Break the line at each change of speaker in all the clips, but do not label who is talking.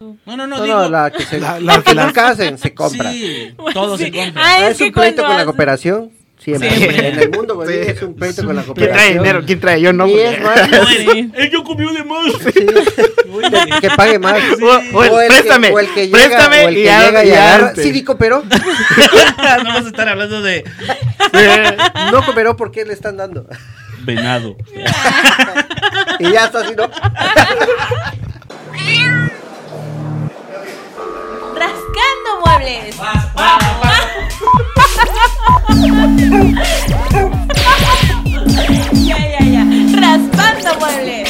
No, no, no,
No,
digo.
no, la que se,
La- la-
porque
la-
nunca se, se compra.
Sí,
Bueno,
todo
sí.
se compra.
Ah,
Ah,
es,
es,
que
un pleito
cuando
con la
haces-
cooperación. Siempre.
Siempre.
En el mundo, güey,
Sí.
es un pleito con la
¿Quién trae
cooperación.
dinero? ¿Quién trae? Yo no. pues.
Y
porque-
es más,
Sí.
pues, ¡Ella comió de más!
sí, que pague más.
O- o el- préstame,
o el que llega,
préstame
o el que
y ya-
llega y
y ya
agarra.
este.
Sí, sí cooperó.
no vas a estar hablando de
No cooperó porque le están dando.
venado.
Y ya está así, ¿no?
Rascando muebles. ya, ya, ya. Raspando muebles.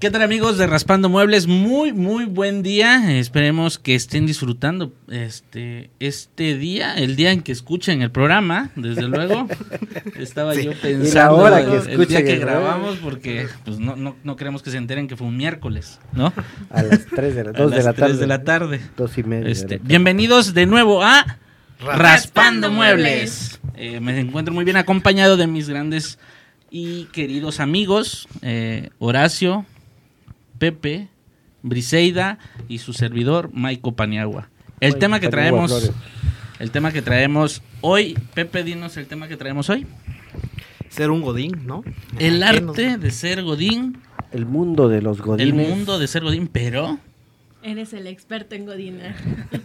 ¿Qué tal amigos de Raspando Muebles? Muy, muy buen día. Esperemos que estén disfrutando este, este día, el día en que escuchen el programa, desde luego. Estaba yo pensando
Y la hora que
el día
escuchen
que
el
grabamos porque pues, no, no, no queremos que se enteren que fue un miércoles, ¿no?
A las 3 de la,
A
dos
las
de la
3
tarde.
de la tarde.
Dos y media.
Este,
de la tarde.
bienvenidos de nuevo a Raspando,
Raspando
Muebles. Eh, me encuentro muy bien acompañado de mis grandes y queridos amigos, eh, Horacio, Pepe, Briseida y su servidor, Maico Paniagua. El
Maico
tema que
Paniagua
traemos,
Flores.
el tema que traemos hoy, Pepe, dinos el tema que traemos hoy.
Ser un godín, ¿no?
El
¿Qué nos-
arte de ser Godín,
El mundo de los
el
godines.
mundo de ser Godín, pero...
Eres el experto en Godina.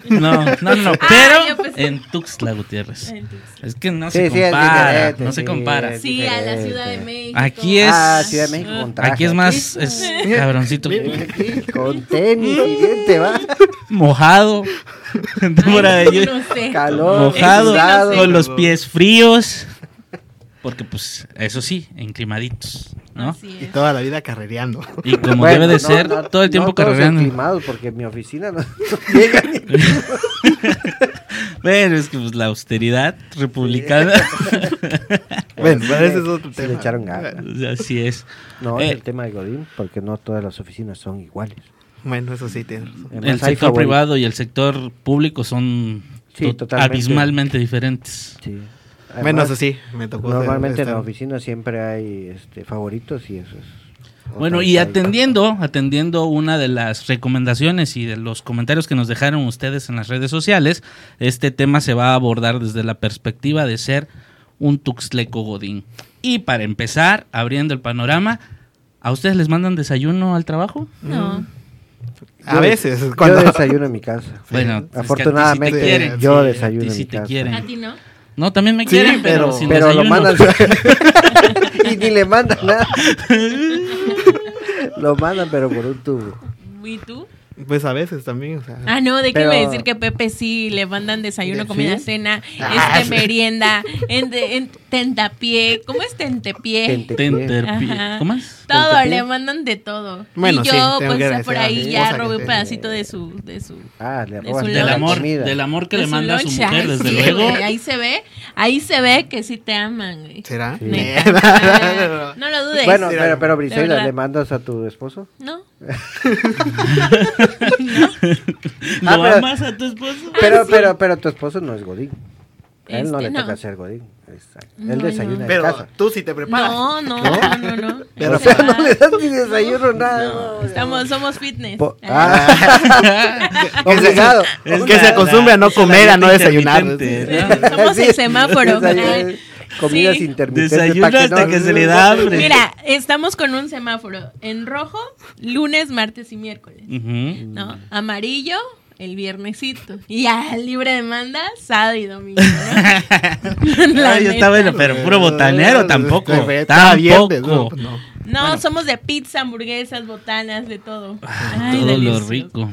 No, no, no,
Ah, yo
pero
pensé-
en Tuxtla Gutiérrez. Es que no
Sí,
se
sí, es
compara,
diferente,
no se
sí,
compara.
es
Sí, a la
diferente.
Ciudad de México.
Aquí es-
Ah, Ciudad de México con traje.
Aquí es más es cabroncito
Aquí, Con tenis, y bien te va.
mojado, fuera de
Ay,
lluvia,
no sé.
Calor,
mojado,
sudado.
con los pies fríos, porque pues eso sí, enclimaditos, ¿no?
Así
Y
es.
toda la vida carrereando.
Y como
Bueno,
debe de
no,
ser,
no,
todo el tiempo
no todos
carreando.
enclimados, porque en mi oficina no, no llega ni-
Bueno, es que pues la austeridad republicana,
Bueno,
Sí
pero
le-
ese es
Eh,
otro
sí
tema. Eh,
le echaron ganas.
así es.
No, es
Eh.
el tema de Godín, porque no todas las oficinas son iguales.
Bueno, eso sí, tienes razón.
Además,
El
hay
sector
favori-
privado y el sector público son
Sí,
to-
totalmente.
abismalmente diferentes.
Sí. Además,
Bueno, eso sí, me tocó. este, hacer-
Normalmente en
estar-
la oficina siempre hay este, favoritos y eso es.
Bueno,
otra
y
cosa.
atendiendo, atendiendo una de las recomendaciones y de los comentarios que nos dejaron ustedes en las redes sociales, este tema se va a abordar desde la perspectiva de ser un tuxtleco godín. Y para empezar, abriendo el panorama, ¿a ustedes les mandan desayuno al trabajo?
No.
A
Yo des-
veces,
Yo
cuando.
desayuno en mi casa.
Bueno, es que a ti sí te
Afortunadamente,
quieren,
yo
sí, a ti
desayuno en
sí
mi
te
casa.
quieren.
¿A ti no?
No, también me
Sí,
quieren, pero,
pero-
sin
Pero lo
desayuno.
mandan. y ni le mandan nada. lo mandan, pero por un tubo.
¿Y tú?
Pues a veces también, o sea.
Ah, no, déjeme
Pero-
decir que Pepe sí le mandan desayuno,
¿Sí?
comida, cena,
Ah,
este,
sí.
merienda, en, en- tentapié. ¿Cómo es tentapié?
Tente-
Tenterpi-
Ajá.
¿Cómo es?
Todo,
tentapié.
le mandan de todo.
Bueno,
y
sí,
yo,
tengo que
pues,
agradecer
por
a
ahí
mi
ya
esposa
robé
que
un
te-
pedacito de su... De su
Ah, le
Es
roban
un
toda
Del
la
amor,
comida.
del amor que
de
le
su
manda a su
lunch,
mujer,
ay,
desde
Pues sí,
luego.
güey, ahí se ve, ahí se ve que sí te aman, güey.
¿Será?
Sí.
Neta, No lo dudes.
Bueno,
Sí,
pero, pero
de
Briseida,
verdad.
¿le mandas a tu esposo?
¿No?
¿Lo
Ah, pero-
amas a tu esposo?
Ah,
Pero, pero, pero tu esposo no es Godín. A él no le
Este, no.
toca ser Godín. Exacto.
No,
Él desayuna
no.
en
Pero
casa.
tú sí te preparas.
No, no, no, no, no.
Pero-
o sea, no le das ni desayuno, nada.
Estamos, somos fitness.
Po-
Ah,
ah, obligado.
Es
Es
que
la-
se acostumbre a no
es la
comer, a no
dieta
desayunar.
intermitente,
Sí.
¿no?
Somos el semáforo.
desayuno- comidas
Sí.
intermitentes.
Desayuno
pa'
hasta que se le da hambre.
Mira, estamos con un semáforo en rojo, lunes, martes y miércoles,
Ujú.
¿no? Amarillo, el viernesito. Y a libre demanda, sábado y domingo. ¿no? La
Ah, yo
neta.
estaba en la- pero puro botanero tampoco.
Estaba bien, no,
Tampoco.
pues no.
No, somos de pizza, hamburguesas, botanas, de todo. Ay,
Ah, Todo lo
delicioso.
rico.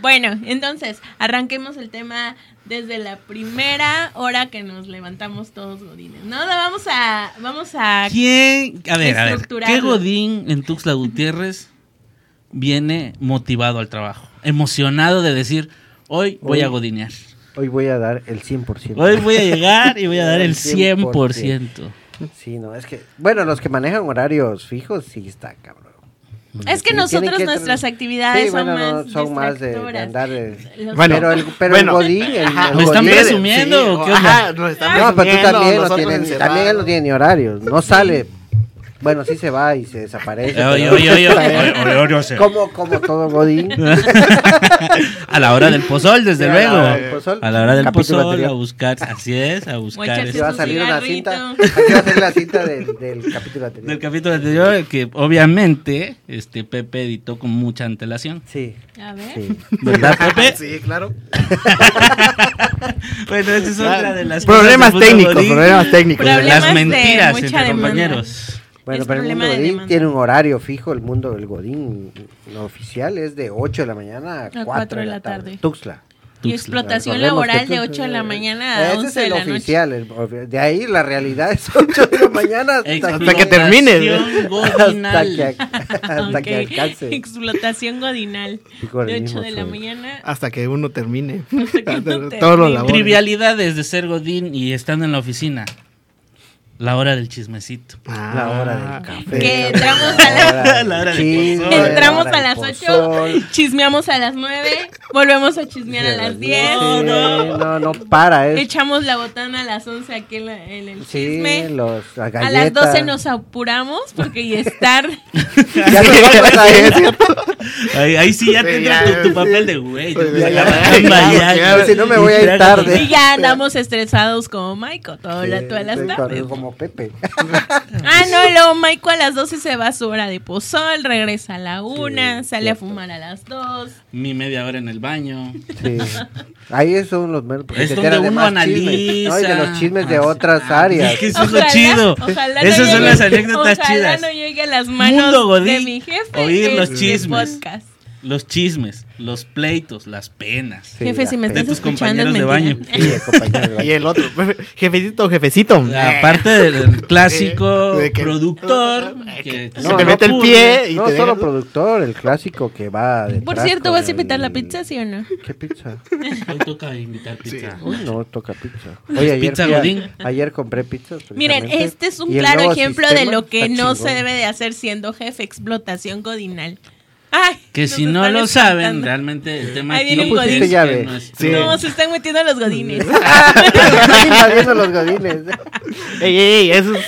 Bueno, entonces, arranquemos el tema desde la primera hora que nos levantamos todos godines, ¿no? Vamos a, vamos a...
¿Quién? A ver, a ver.
Estructurado.
¿Qué Godín en Tuxtla Gutiérrez viene motivado al trabajo? Emocionado de decir, hoy voy a
Hoy.
godinear.
Hoy voy a dar el 100%.
Hoy voy a llegar y voy a dar el
100%.
100%.
Sí, no, es que. Bueno, los que manejan horarios fijos, sí está, cabrón.
Es que
Tienen
nosotros
que-
nuestras actividades
Sí, bueno,
son
no,
más
son más de, de
distractoras.
andar. eh. de-
Los-
Bueno,
pero el, pero
bueno.
el Godín. El,
Ajá.
el
¿Me están
godín-
Godínez,
presumiendo o qué onda?
Ajá, nos están
Ah,
No, pero tú
presumiendo,
también, lo
nosotros
tienen-
encerrados.
también él no tiene ni horarios. No sale Bueno, sí se va y se desaparece.
Oye,
pero-
oye, oye, oye, oye, oye, oye.
Como, como todo Godín.
A la hora del pozol, desde
Sí, a la hora del
luego.
pozol.
A la hora del
Capítulo
pozol,
anterior.
a buscar, así es, a buscar.
echarse
este-
Aquí va a salir una
cigarrito.
cinta. Aquí va a salir la cinta del, del capítulo anterior.
Del capítulo anterior, que obviamente este Pepe editó con mucha antelación.
Sí.
A ver.
sí.
¿Verdad, Pepe?
Sí, claro.
Bueno, esa es otra de las
Problemas
cosas del mundo
técnicos,
godín.
problemas técnicos.
Problemas
Las
de
mentiras
mucha
entre
demanda.
compañeros.
Bueno,
Es
pero el
problema
mundo
de
Godín
demanda.
tiene un horario fijo. El mundo del Godín no oficial es de 8 de la mañana a 4 de la tarde. Tuxtla.
Y
Tuxtla.
explotación
Recordemos que
laboral de
Tuxtla-
8 de la mañana a
Ese
11
es
de
el
la noche.
oficial. el ofi- de ahí la realidad es 8 de la mañana hasta
Hasta que termine.
Explotación
Hasta
godinal.
que, hasta que
Ok.
alcance.
Explotación godinal.
Y con
De
el
8
mismo
de la
sueldo.
mañana.
Ah,
Hasta que uno termine.
Hasta que
Hasta-
uno
Todos los
termine.
labores.
Trivialidades de ser Godín y estando en la oficina. La hora del chismecito.
Ah,
La hora del café.
Que entramos a la-
hora del
La hora del
chisme,
pozol.
la
Entramos
hora
a las
del
8,
pozol.
chismeamos a las 9, volvemos a chismear a las 10.
Sí,
no.
No, no para. Es,
Echamos la botana a las 11 aquí en, la- en el
sí,
chisme.
los, las
a
galletas.
las 12 nos apuramos porque ya es tarde.
Ya se va a pasar, ¿eh?
Ahí, ahí sí ya
Sí,
tendrás
Pues ya,
tu, tu
sí.
papel de güey.
Pues,
yo
ya,
la
ya,
chamba
ya,
ya,
ya,
güey.
si no me voy a ir
Trágate.
tarde.
Y ya andamos estresados como Maiko toda la- todas las
Sí,
tardes.
Como Pepe.
Ah, no, y luego Maiko a las 12 se va a su hora de pozol, regresa a la 1,
Sí,
sale
cierto.
a fumar a las 2.
Mi media hora en el baño.
Sí. Ahí son los menos. porque
Es
se
donde
enteran de
uno
más chismes, ¿no? Y de
analiza.
los chismes de
Ah, sí.
otras
Ah,
áreas.
es que Eso es lo chido. Esas son las anécdotas
ojalá
chidas.
no llegue a las manos
Mundo Godín,
de mi jefe.
oír los
este
chismes.
podcast.
Los chismes, los pleitos, las penas.
Sí,
jefe,
la
si me
pena.
estás
De tus
escuchando es
compañeros de baño.
mentira.
Sí, el compañero de
Y el otro, jefecito, jefecito.
Aparte del clásico
Eh, de que-
productor.
Eh,
que
que
No,
se te
no
mete el
ocurre.
pie y
no
te deja-
solo productor, el clásico que va de
Por
frasco
cierto, ¿vas a
del-
invitar la pizza, sí o no?
¿Qué pizza?
Hoy toca invitar pizza.
Uy, no, toca pizza. Oye, ayer,
Pizza
fui a-
Godín.
ayer compré pizza.
Miren,
precisamente,
este es un
y el
claro
nuevo
ejemplo de
sistema
lo que
está
no
chingón.
se debe de hacer siendo jefe, explotación godinal. Ay,
Que
nos
si no
están
lo
espantando.
saben, realmente el tema aquí
Ahí viene un
es
godín.
que
Llave.
nuestro-
Sí.
No, se están metiendo los godines.
Están invadiendo los godines.
Ey, ey, ey, eso es-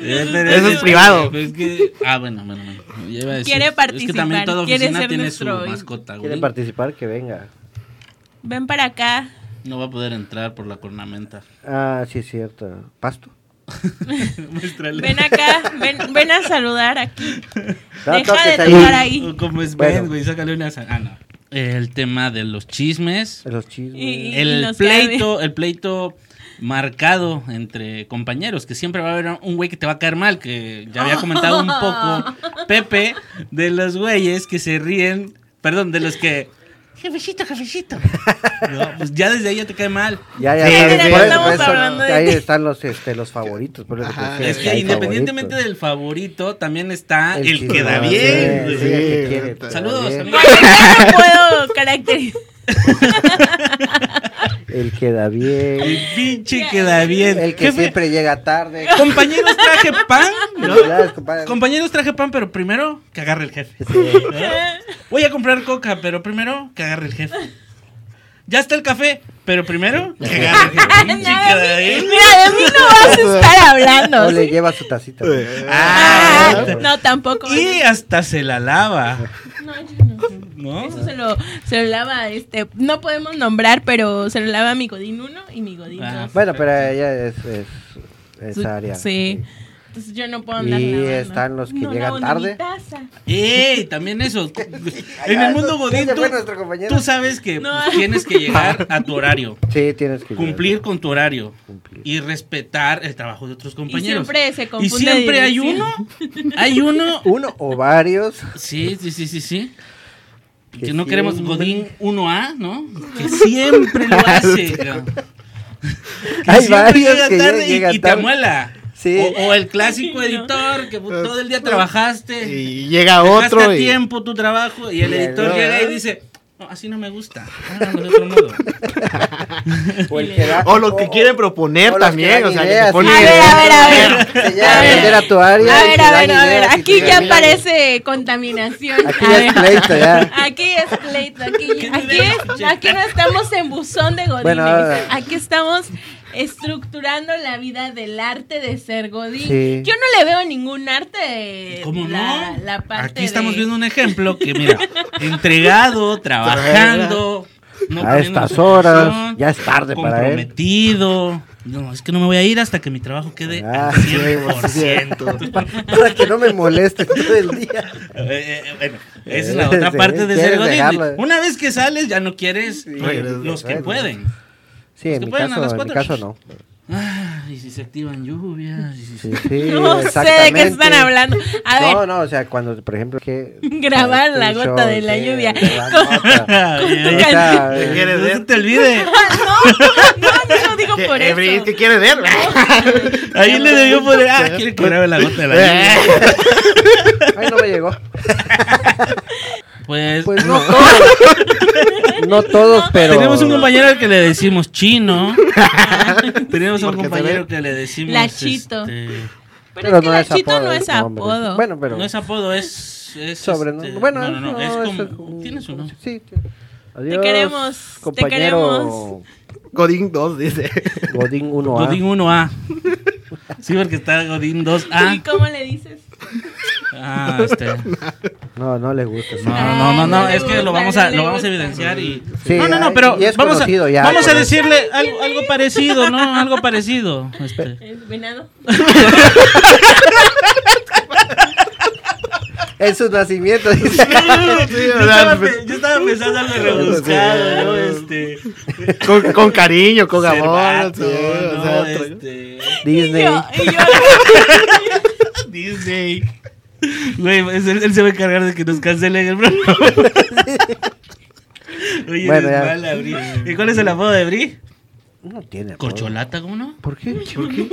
Eh, pero
Eso es privado.
pues es que- ah, bueno, bueno, bueno. Ya iba a decir,
Quiere
Es que
participar,
también toda
quiere
oficina
ser
tiene
nuestro-
su mascota,
Quieren
güey.
participar, que venga.
Ven para acá.
No va a poder entrar por la cornamenta.
Ah, sí, es cierto. ¿Pasto?
Muéstrale.
Ven acá, ven, ven a saludar aquí.
No
Deja de
toques ahí.
tocar ahí.
O como es
Bueno.
Ben, güey, sácale una... sa- Ah, no. El tema de los chismes.
Los chismes.
Y- y
el
nos
pleito, el pleito marcado entre compañeros, que siempre va a haber un güey que te va a caer mal, que ya había comentado un poco Pepe, de los güeyes que se ríen, perdón, de los que... Jefecito, jefecito. No, pues ya desde ahí ya te cae mal.
Ya, ya,
Sí,
ya,
mira,
por
ya
eso,
estamos
por eso,
hablando de-
ahí están los, este, los favoritos. Por eso te
Ajá,
decía
Es que
hay
independientemente
favoritos.
del favorito, también está el,
chisme,
que da
sí,
bien. güey.
sí, el que quiere,
Sí.
te da
Saludos,
bien.
amigos.
Bueno, ya no puedo caracterizar.
El que da
El
bien.
pinche que da bien.
El que
Jefe,
siempre llega tarde.
Compañeros traje pan. ¿no?
Felicidades, compadre.
Compañeros traje pan, pero primero que agarre el jefe.
Sí.
Voy a comprar coca, pero primero que agarre el jefe. Ya está el café, pero primero que agarre el jefe.
Nada,
Pinche que da
mira,
bien.
de mí no vas a estar hablando.
O le
¿sí?
lleva su tacita.
Ah,
Ah,
no, tampoco.
y hasta se la lava.
No, yo no.
¿No?
Eso se lo, se lo lava, este, no podemos nombrar, pero se lo lava mi Godín 1 y mi Godín 2.
Ah,
Bueno, pero ella es, es, es
Su-
área.
Sí. Entonces yo no puedo
Y
andar lavando.
están los que
No
llegan
lavo ni mi
tarde.
taza.
¡Ey! También eso. En el mundo godín,
Ese
tú,
fue nuestro compañero.
tú sabes que
No.
pues, tienes que llegar a tu horario.
Sí, tienes que
Cumplir
llegar.
con tu horario.
Cumplir.
Y respetar el trabajo de otros compañeros.
siempre se
Y
confunde de
siempre hay
dirección.
uno. Hay uno
Uno o varios.
Sí, sí, sí, sí, sí. Que,
Que
no queremos
siempre- Ah,
Godín 1A, ¿no? Que siempre lo hace. cabrón. Que
Hay
siempre
varios
llega
que
tarde
lle-
y-
llegan
y, te
tarde.
amuela.
Sí.
O, o el clásico
Sí, no.
editor que pues, todo el día trabajaste.
Y llega
dejaste
otro.
a
y-
tiempo tu trabajo y el
Y el
editor
otro,
llega y
¿eh?
dice, "No, así no me gusta. hágalo de otro modo".
O, el que da-
O los que quieren proponer
o los que
también.
dan
o sea, que
ideas.
te ponen
A ver,
ideas.
a ver, a ver.
Se llega
A
a
ver.
vender a tu área.
A
y
ver,
te
a
dan
ver, a ver,
ideas y
aquí
te
ya
dan-
parece contaminación.
Aquí
A
ya
ver.
es pleito, ya.
Aquí es pleito, aquí,
¿Qué
aquí,
nivel?
aquí no estamos en buzón de godines,
Bueno, ahora-
aquí estamos estructurando la vida del arte de ser Godín.
Sí.
Yo no le veo ningún arte.
¿Cómo
eh, la,
no?
la parte
Aquí estamos
de-
viendo un ejemplo que, mira, entregado, trabajando. no
a
poniendo
estas
su
horas,
atención,
ya es tarde para él.
comprometido. No, es que no me voy a ir hasta que mi trabajo quede
Ah,
al
sí, por
100%.
Pa- Para que no me molesten todo el día.
Eh, eh, bueno, esa es la otra
Sí,
parte de ser
quieres
godín.
dejarlo, eh.
Una vez que sales, ya no quieres
Sí,
re- los que
bueno.
pueden.
Sí, en
que
mi
pueden a
caso,
las
en mi
cuatro.
caso no.
Ah, y si se activan lluvias. y si-
Sí, sí,
No sé de qué están
exactamente.
hablando. A ver,
No, no, o sea, cuando, por ejemplo, que...
Grabar la
este
gota de la lluvia.
grabar gota.
Ah,
Con tu Ah,
bien.
O sea,
¿Qué
eh,
quieres
No se
ver?
te olvide.
no, no, no digo
¿Qué,
por
Evelyn,
eso.
¿qué quieres ver?
Ahí le debió poner. Ah, quiere que grabe la gota de la lluvia.
Ay, no me llegó.
Pues,
Pues no todos. No todos, pero...
Tenemos un compañero al que le decimos chino. Tenemos un
porque se
compañero
ve.
que le decimos.
Lachito.
este,
Pero, es que la chito
apodo,
no es
nombre.
apodo.
Bueno, pero...
no es apodo, es. es
sobre...
este,
bueno,
no, no, no, es como. tiene su nombre.
Sí.
Te queremos, te
compañero
Godín 2 dice.
Godín 1A.
Godín 1A. Sí, porque está Godín
¿Y
2A.
cómo le dices?
Ah, este.
No, no le gusta.
No,
sí.
no, no, no,
Ay,
es que
le
lo
gusta,
vamos a,
le
lo vamos a
gusta.
evidenciar y.
Sí,
no, no, no,
ay,
pero
y es
vamos, a,
conocido ya,
vamos a
pero-
decirle algo, algo parecido, ¿no? Algo parecido. Este.
¿Es venado?
En su nacimiento dice.
Sí,
Yo
o sea,
estaba,
pues,
pe- yo estaba pensando algo rebuscado, ¿no? Este.
con, con cariño, con
ser
amor.
vato,
sí, o
¿no?
sea,
Este,
Y
Disney.
yo, y yo,
Disney. Güey, es- él, él se va a encargar de que nos cancelen el programa. Oye,
Bueno,
eres
ya.
mala, Bri. ¿Y cuál es el apodo de Bri?
No tiene. apodo.
Corcholata, ¿cómo no?
¿Por qué?
chulata.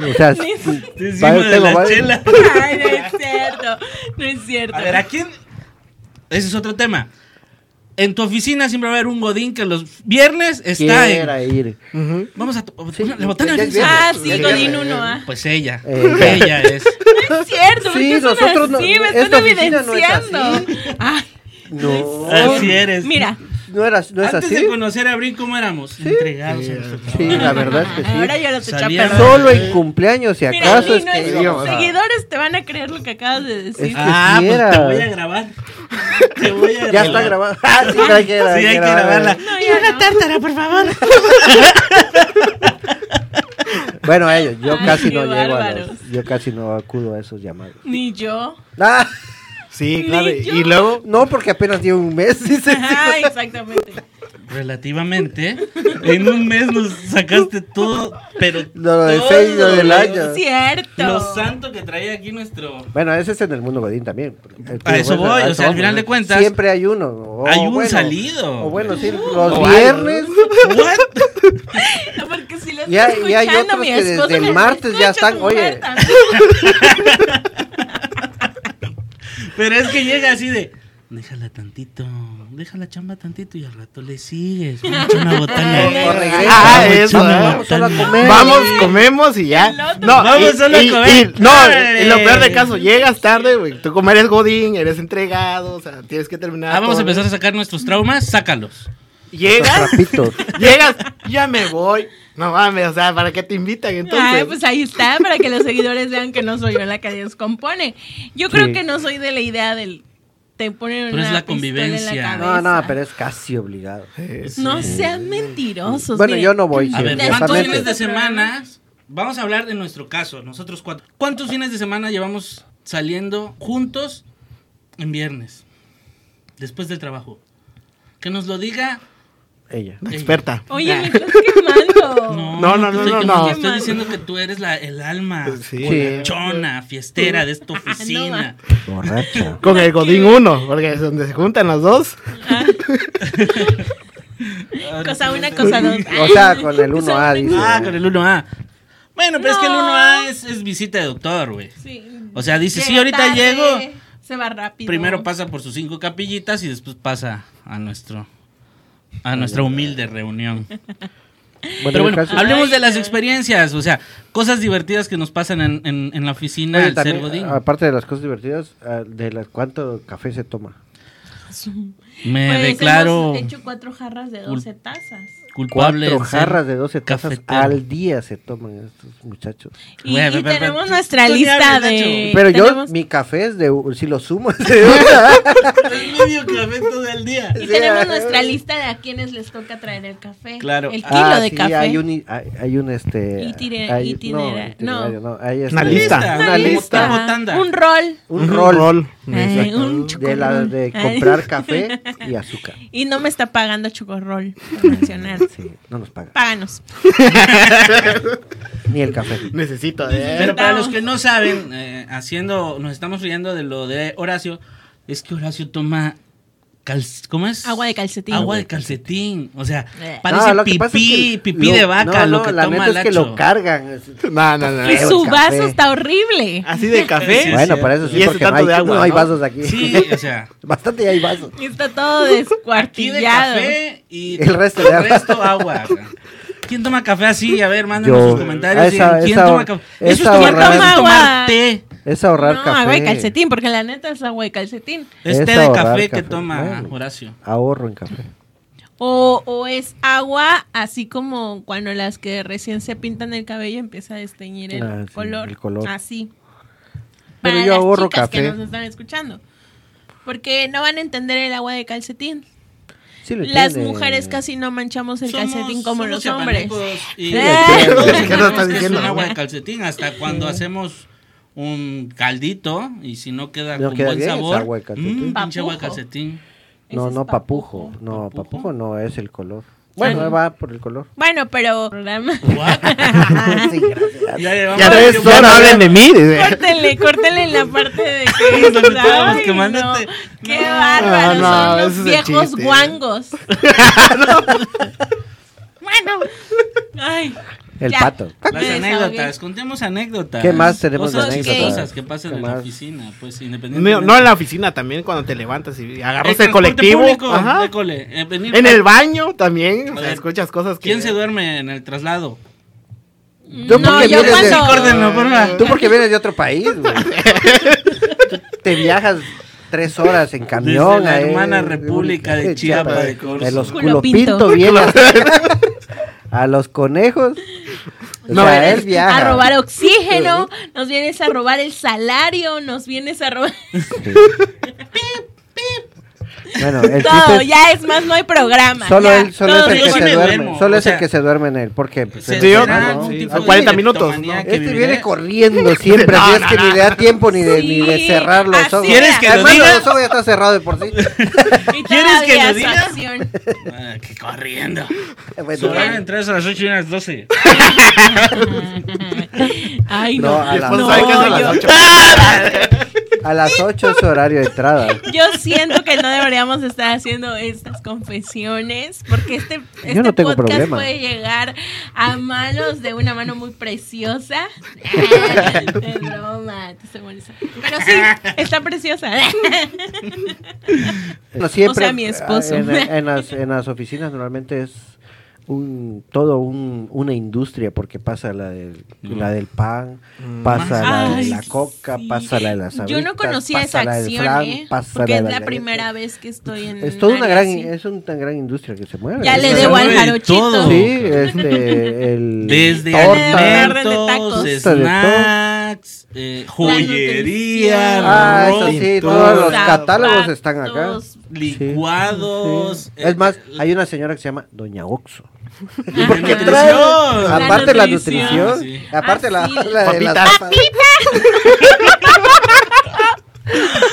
O sea,
Ni-
Está Encima
Vale,
de
tengo,
la
vale.
chela.
Ay, no es cierto. No es cierto.
A ver, ¿a quién? Ese es otro tema. En tu oficina siempre va a haber un godín que los viernes está en...
quiera ir.
ujú.
Vamos a... to-
Sí,
la botana
ya
de
es Ah,
Nelson.
Ah, sí,
Sí, Eh.
Godín
ya,
1A.
Pues ella.
Ella.
Ella es...
No es cierto,
Sí,
porque
nosotros no-
sí, me
esta
están
oficina no es
evidenciando. Ay,
No.
Así eres.
mira,
No, eras, no es
Antes
así.
de conocer a Brin, ¿cómo éramos? Entregados
Sí,
a nuestro
Sí,
trabajo.
la verdad es que
ahora
sí.
yo lo te echa a
Salía-
perder.
Solo en cumpleaños, si
Mira,
acaso es
Nino,
que.
y sus
íbamos a-
seguidores te van a creer lo que acabas de decir.
Es-
Ah, pues te
quisiera.
voy a grabar. Te voy a grabar.
Ya está grabado. Ah, sí, hay que,
Sí, hay que grabarla.
No, ya no.
tártara, por favor.
Bueno, a ellos, yo
Ay,
casi
qué
no llego a
bárbaros.
los. Yo casi no acudo a esos llamados.
Ni yo.
Ah,
Sí, claro.
Ni yo.
Y luego.
no, porque apenas dio un mes. dice.
Ajá, exactamente.
Relativamente, en un mes nos sacaste todo, pero
Lo de
todo
seis, lo del año.
Es cierto.
Lo santo que traía aquí nuestro.
Bueno, ese es en el mundo Godín también. porque-
A eso voy, o sea, al final de cuentas,
Siempre hay uno. o
hay un
bueno,
salido.
O bueno, sí, los
O
viernes.
What?
Porque si lo
Y hay-
estoy
y hay
escuchando,
otros
mi
que desde
esposo
el
me
martes ya
escucha
están,
tu
oye.
mujer también.
Pero es que llega así de. Déjala tantito, déjala chamba tantito y al rato le sigues. Mucho una botana.
O regresa.
Ah,
Mucho
eso,
una
ah.
Vamos solo a
botana.
comer.
Vamos, comemos y ya.
El otro.
No,
Vamos
y-
solo a
y-
comer.
y- no,
Órale.
y lo peor de caso, llegas tarde, güey. Tú como eres godín, eres entregado, o sea, tienes que terminar.
Ah, vamos a
todo,
empezar a sacar nuestros traumas, sácalos.
güey. Llegas,
Trapitos.
llegas, ya me voy. No mames, o sea, ¿para qué te invitan entonces?
Ay, pues ahí está, para que los seguidores vean que no soy yo la que descompone. Yo creo
Sí.
que no soy de la idea del te ponen
Pero
una
es la
pistola
convivencia.
en la
No,
cabeza.
no, pero es casi obligado.
No sean mentirosos.
Bueno,
miren.
yo no voy.
A
sí,
ver,
Ya
¿cuántos
estoy
honestamente.
fines de
en este
semana? Vamos a hablar de nuestro caso, nosotros cuatro. ¿Cuántos fines de semana llevamos saliendo juntos en viernes? Después del trabajo. Que nos lo diga.
Ella.
La experta.
Oye, me estás quemando.
No, no, no,
tú
no,
te-
no.
te Estoy
Qué
diciendo que tú eres la, el alma
Pues,
Sí.
chona, fiestera de esta oficina.
Borracha.
Con el Godín 1, porque es donde se juntan las dos.
Cosa una, cosa dos.
O sea, con el
Cosa
1A
una-
dice.
Ah, con el 1A. Bueno, pero es que el
No.
1A es, es visita de doctor, güey.
Sí.
O sea, dice, sí,
Llega
ahorita
tarde,
llego.
Se va rápido.
Primero pasa por sus cinco capillitas y después pasa a nuestro a nuestra humilde reunión.
Bueno,
Pero
yo
bueno,
casi-
hablemos de las
Ay,
experiencias, o sea, cosas divertidas que nos pasan en, en- en la oficina
Oye,
al ser
también, ah,
godín.
aparte de las cosas divertidas, ah, de las, ¿cuánto café se toma?
Me
Pues,
declaro
Hemos hecho cuatro jarras de 12 tazas.
culpable.
Cuatro
en ser
jarras de 12 tazas
cafetero.
al día se toman estos muchachos.
Y,
Güey,
y
ve, ve, ve.
tenemos
Tú-
nuestra
tú ni
lista
hables,
de.
Pero yo,
Eh, tenemos-
mi café es de. Si lo sumo, es de una.
El medio café todo el día.
Y
Sí,
tenemos
ah,
nuestra lista de a quienes les toca traer el café.
Claro.
El kilo
Ah,
de
sí,
café.
Hay un, hay, hay un este.
Itine-
hay-
itinera-
no, itinerario, no, hay este-
Una lista. Una
Una
lista.
lista.
Ajá.
botanda.
Un rol.
Un rol
Ay,
Exacto.
un
de,
chocorrol.
la, de
Ay.
comprar café y azúcar.
Y no me está pagando chocorrol por mencionar.
Sí, no nos paga.
Páganos.
Ni el café.
Necesito,
Pero
eh.
para los que no saben, eh, haciendo, nos estamos riendo de lo de Horacio, es que Horacio toma cal- ¿cómo es?
Agua de calcetín.
Agua de calcetín, o sea,
Eh.
parece
No, lo que
pipí,
pasa es que
pipí
lo-
de vaca
no,
lo
no,
que
la
toma
neta es que
Lacho.
lo cargan. es-
No, no, no.
Y su
el
vaso
café.
está horrible.
Así de café.
Bueno,
cierto.
para eso sí,
Y ese
porque no
tanto
hay,
de agua,
no hay
¿no?
vasos aquí.
Sí, o sea,
Bastante ya hay vasos.
Está todo
aquí de
descuartillado.
café y
El resto de agua.
resto agua. ¿Quién toma café así? A ver, mándenos
Yo.
sus comentarios.
Esa-
¿Quién
esa-
toma café? Eso es
esa
tomar café,
ahorrada.
es
Toma agua.
tomar té.
Es ahorrar
no,
café.
agua de calcetín, porque la neta es agua de calcetín.
Es
Es
té de
ahorrar
café que
café.
toma
Bueno.
Horacio.
Ahorro en café.
O, o es agua, así como cuando las que recién se pintan el cabello empieza a desteñir el,
Ah, sí,
color,
el color.
Así.
Pero
Para
yo
las
ahorro
chicas que
café.
nos están escuchando. Porque no van a entender el agua de calcetín.
Sí lo
Las
entienden.
mujeres casi no manchamos el
Somos-
calcetín como
somos
los hombres.
chapanecos Y,
Sí,
entiendo.
Todos
¿Qué nos
sabemos
estás
que es
diciendo?
un agua de calcetín hasta cuando hacemos un caldito y si no queda
No
con
queda
buen
bien, es
sabor.
agua de calcetín.
mm, pinche agua de
Papujo.
calcetín.
Ese
No,
es
no papujo. No,
Papujo.
papujo. no es el color. Bueno, va por el color.
Bueno, pero programa. Ah,
sí, gracias.
Ya llevamos
Ya no es
varios-
hora, no hablen de mí. dice.
Córtenle, córtenle en la parte de
Nos
que.
olvidamos
Ay,
que
no.
mandaste.
Qué
No.
bárbaro,
No, no,
son
ese
los
es el
viejos
chiste.
guangos. bueno, ay,
El
Ya.
pato.
Las
Me desahogué.
anécdotas, contemos anécdotas.
¿Qué más tenemos de
cosas,
anécdotas?
Cosas que pasan
¿Qué
en la
más?
oficina, pues
No,
independientemente.
no en la oficina también, cuando te levantas y agarras el,
transporte
colectivo.
público,
Ajá.
école, eh, venir-
En el baño también. o sea,
Oye,
escuchas cosas que.
¿Quién se duerme en el traslado?
Yo
no,
porque
yo
vienes de-
cuando.
Córdenlo, por favor.
Tú porque vienes de otro país, güey. Tú te viajas tres horas en camión.
Desde la
a-
hermana República de Chiapas de Corzo.
El
Culo
osculo
pinto.
pinto viene a, a los conejos. O
No,
sea,
vienes
él viaja.
A robar oxígeno, nos vienes a robar el salario, nos vienes a robar
Sí. Bueno, el chiste
todo,
es-
ya es más, no hay programa.
Solo
ya,
él, solo
todo
es el
yo
que
bien.
sí
se
me
duerme.
duermo,
Solo
o
es
sea,
el que se duerme en él. Porque pues,
Se
él-
Sí, yo-
será
¿no?
un
sí.
tipo
A
de
40 minutos,
leptomanía
¿no?
que
Este
viviré.
viene corriendo siempre,
No,
así es
no,
que
no,
ni le da tiempo ni de, ni de
Sí,
cerrar los
así
ojos.
¿Quieres que lo
Además,
diga?
los ojos ya están cerrados de por sí.
Y
¿Quieres que
todavía
lo diga?
su acción.
Ah, que corriendo.
Pues, Bueno,
Su horario entre eso a las 8 y a las 12.
Ay,
No,
no.
a las-
Pues,
No,
¿sabes qué? A las
yo-
ocho.
a las 8 es horario de entrada.
Yo siento que no deberíamos estar haciendo estas confesiones porque este, este
no tengo
podcast
problema.
puede llegar a manos de una mano muy preciosa. es broma, te estoy molestando. Pero sí, está preciosa.
No, siempre, ah,
O sea, mi esposo.
En, en las, en las oficinas normalmente es un todo un- una industria porque pasa la del, la del pan, pasa la de
Ay,
la coca,
sí.
pasa la de las
Yo no
sabritas,
conocía esa
pasa la del
acción,
flan,
¿eh?
pasa
porque
la de
es la
galletas.
primera vez que estoy en
Es toda una
área
gran,
así.
es una gran industria que se mueve.
Ya
Es
le
una
debo
gran-
al
mueve todo.
jarochito.
Sí, este, el
Desde
torta.
alimentos,
De
todo.
snacks, eh, joyería,
nutrición.
Ah, eso
ropa,
sí,
todo,
todos los catálogos
Zapatos.
están acá.
licuados.
Sí.
eh,
Es más, hay una señora que se llama Doña Oxo.
de
Porque
nutrición.
trae,
Ah,
aparte la
nutrición.
nutrición,
Sí.
aparte la,
Ah, sí.
la de las
Papitas.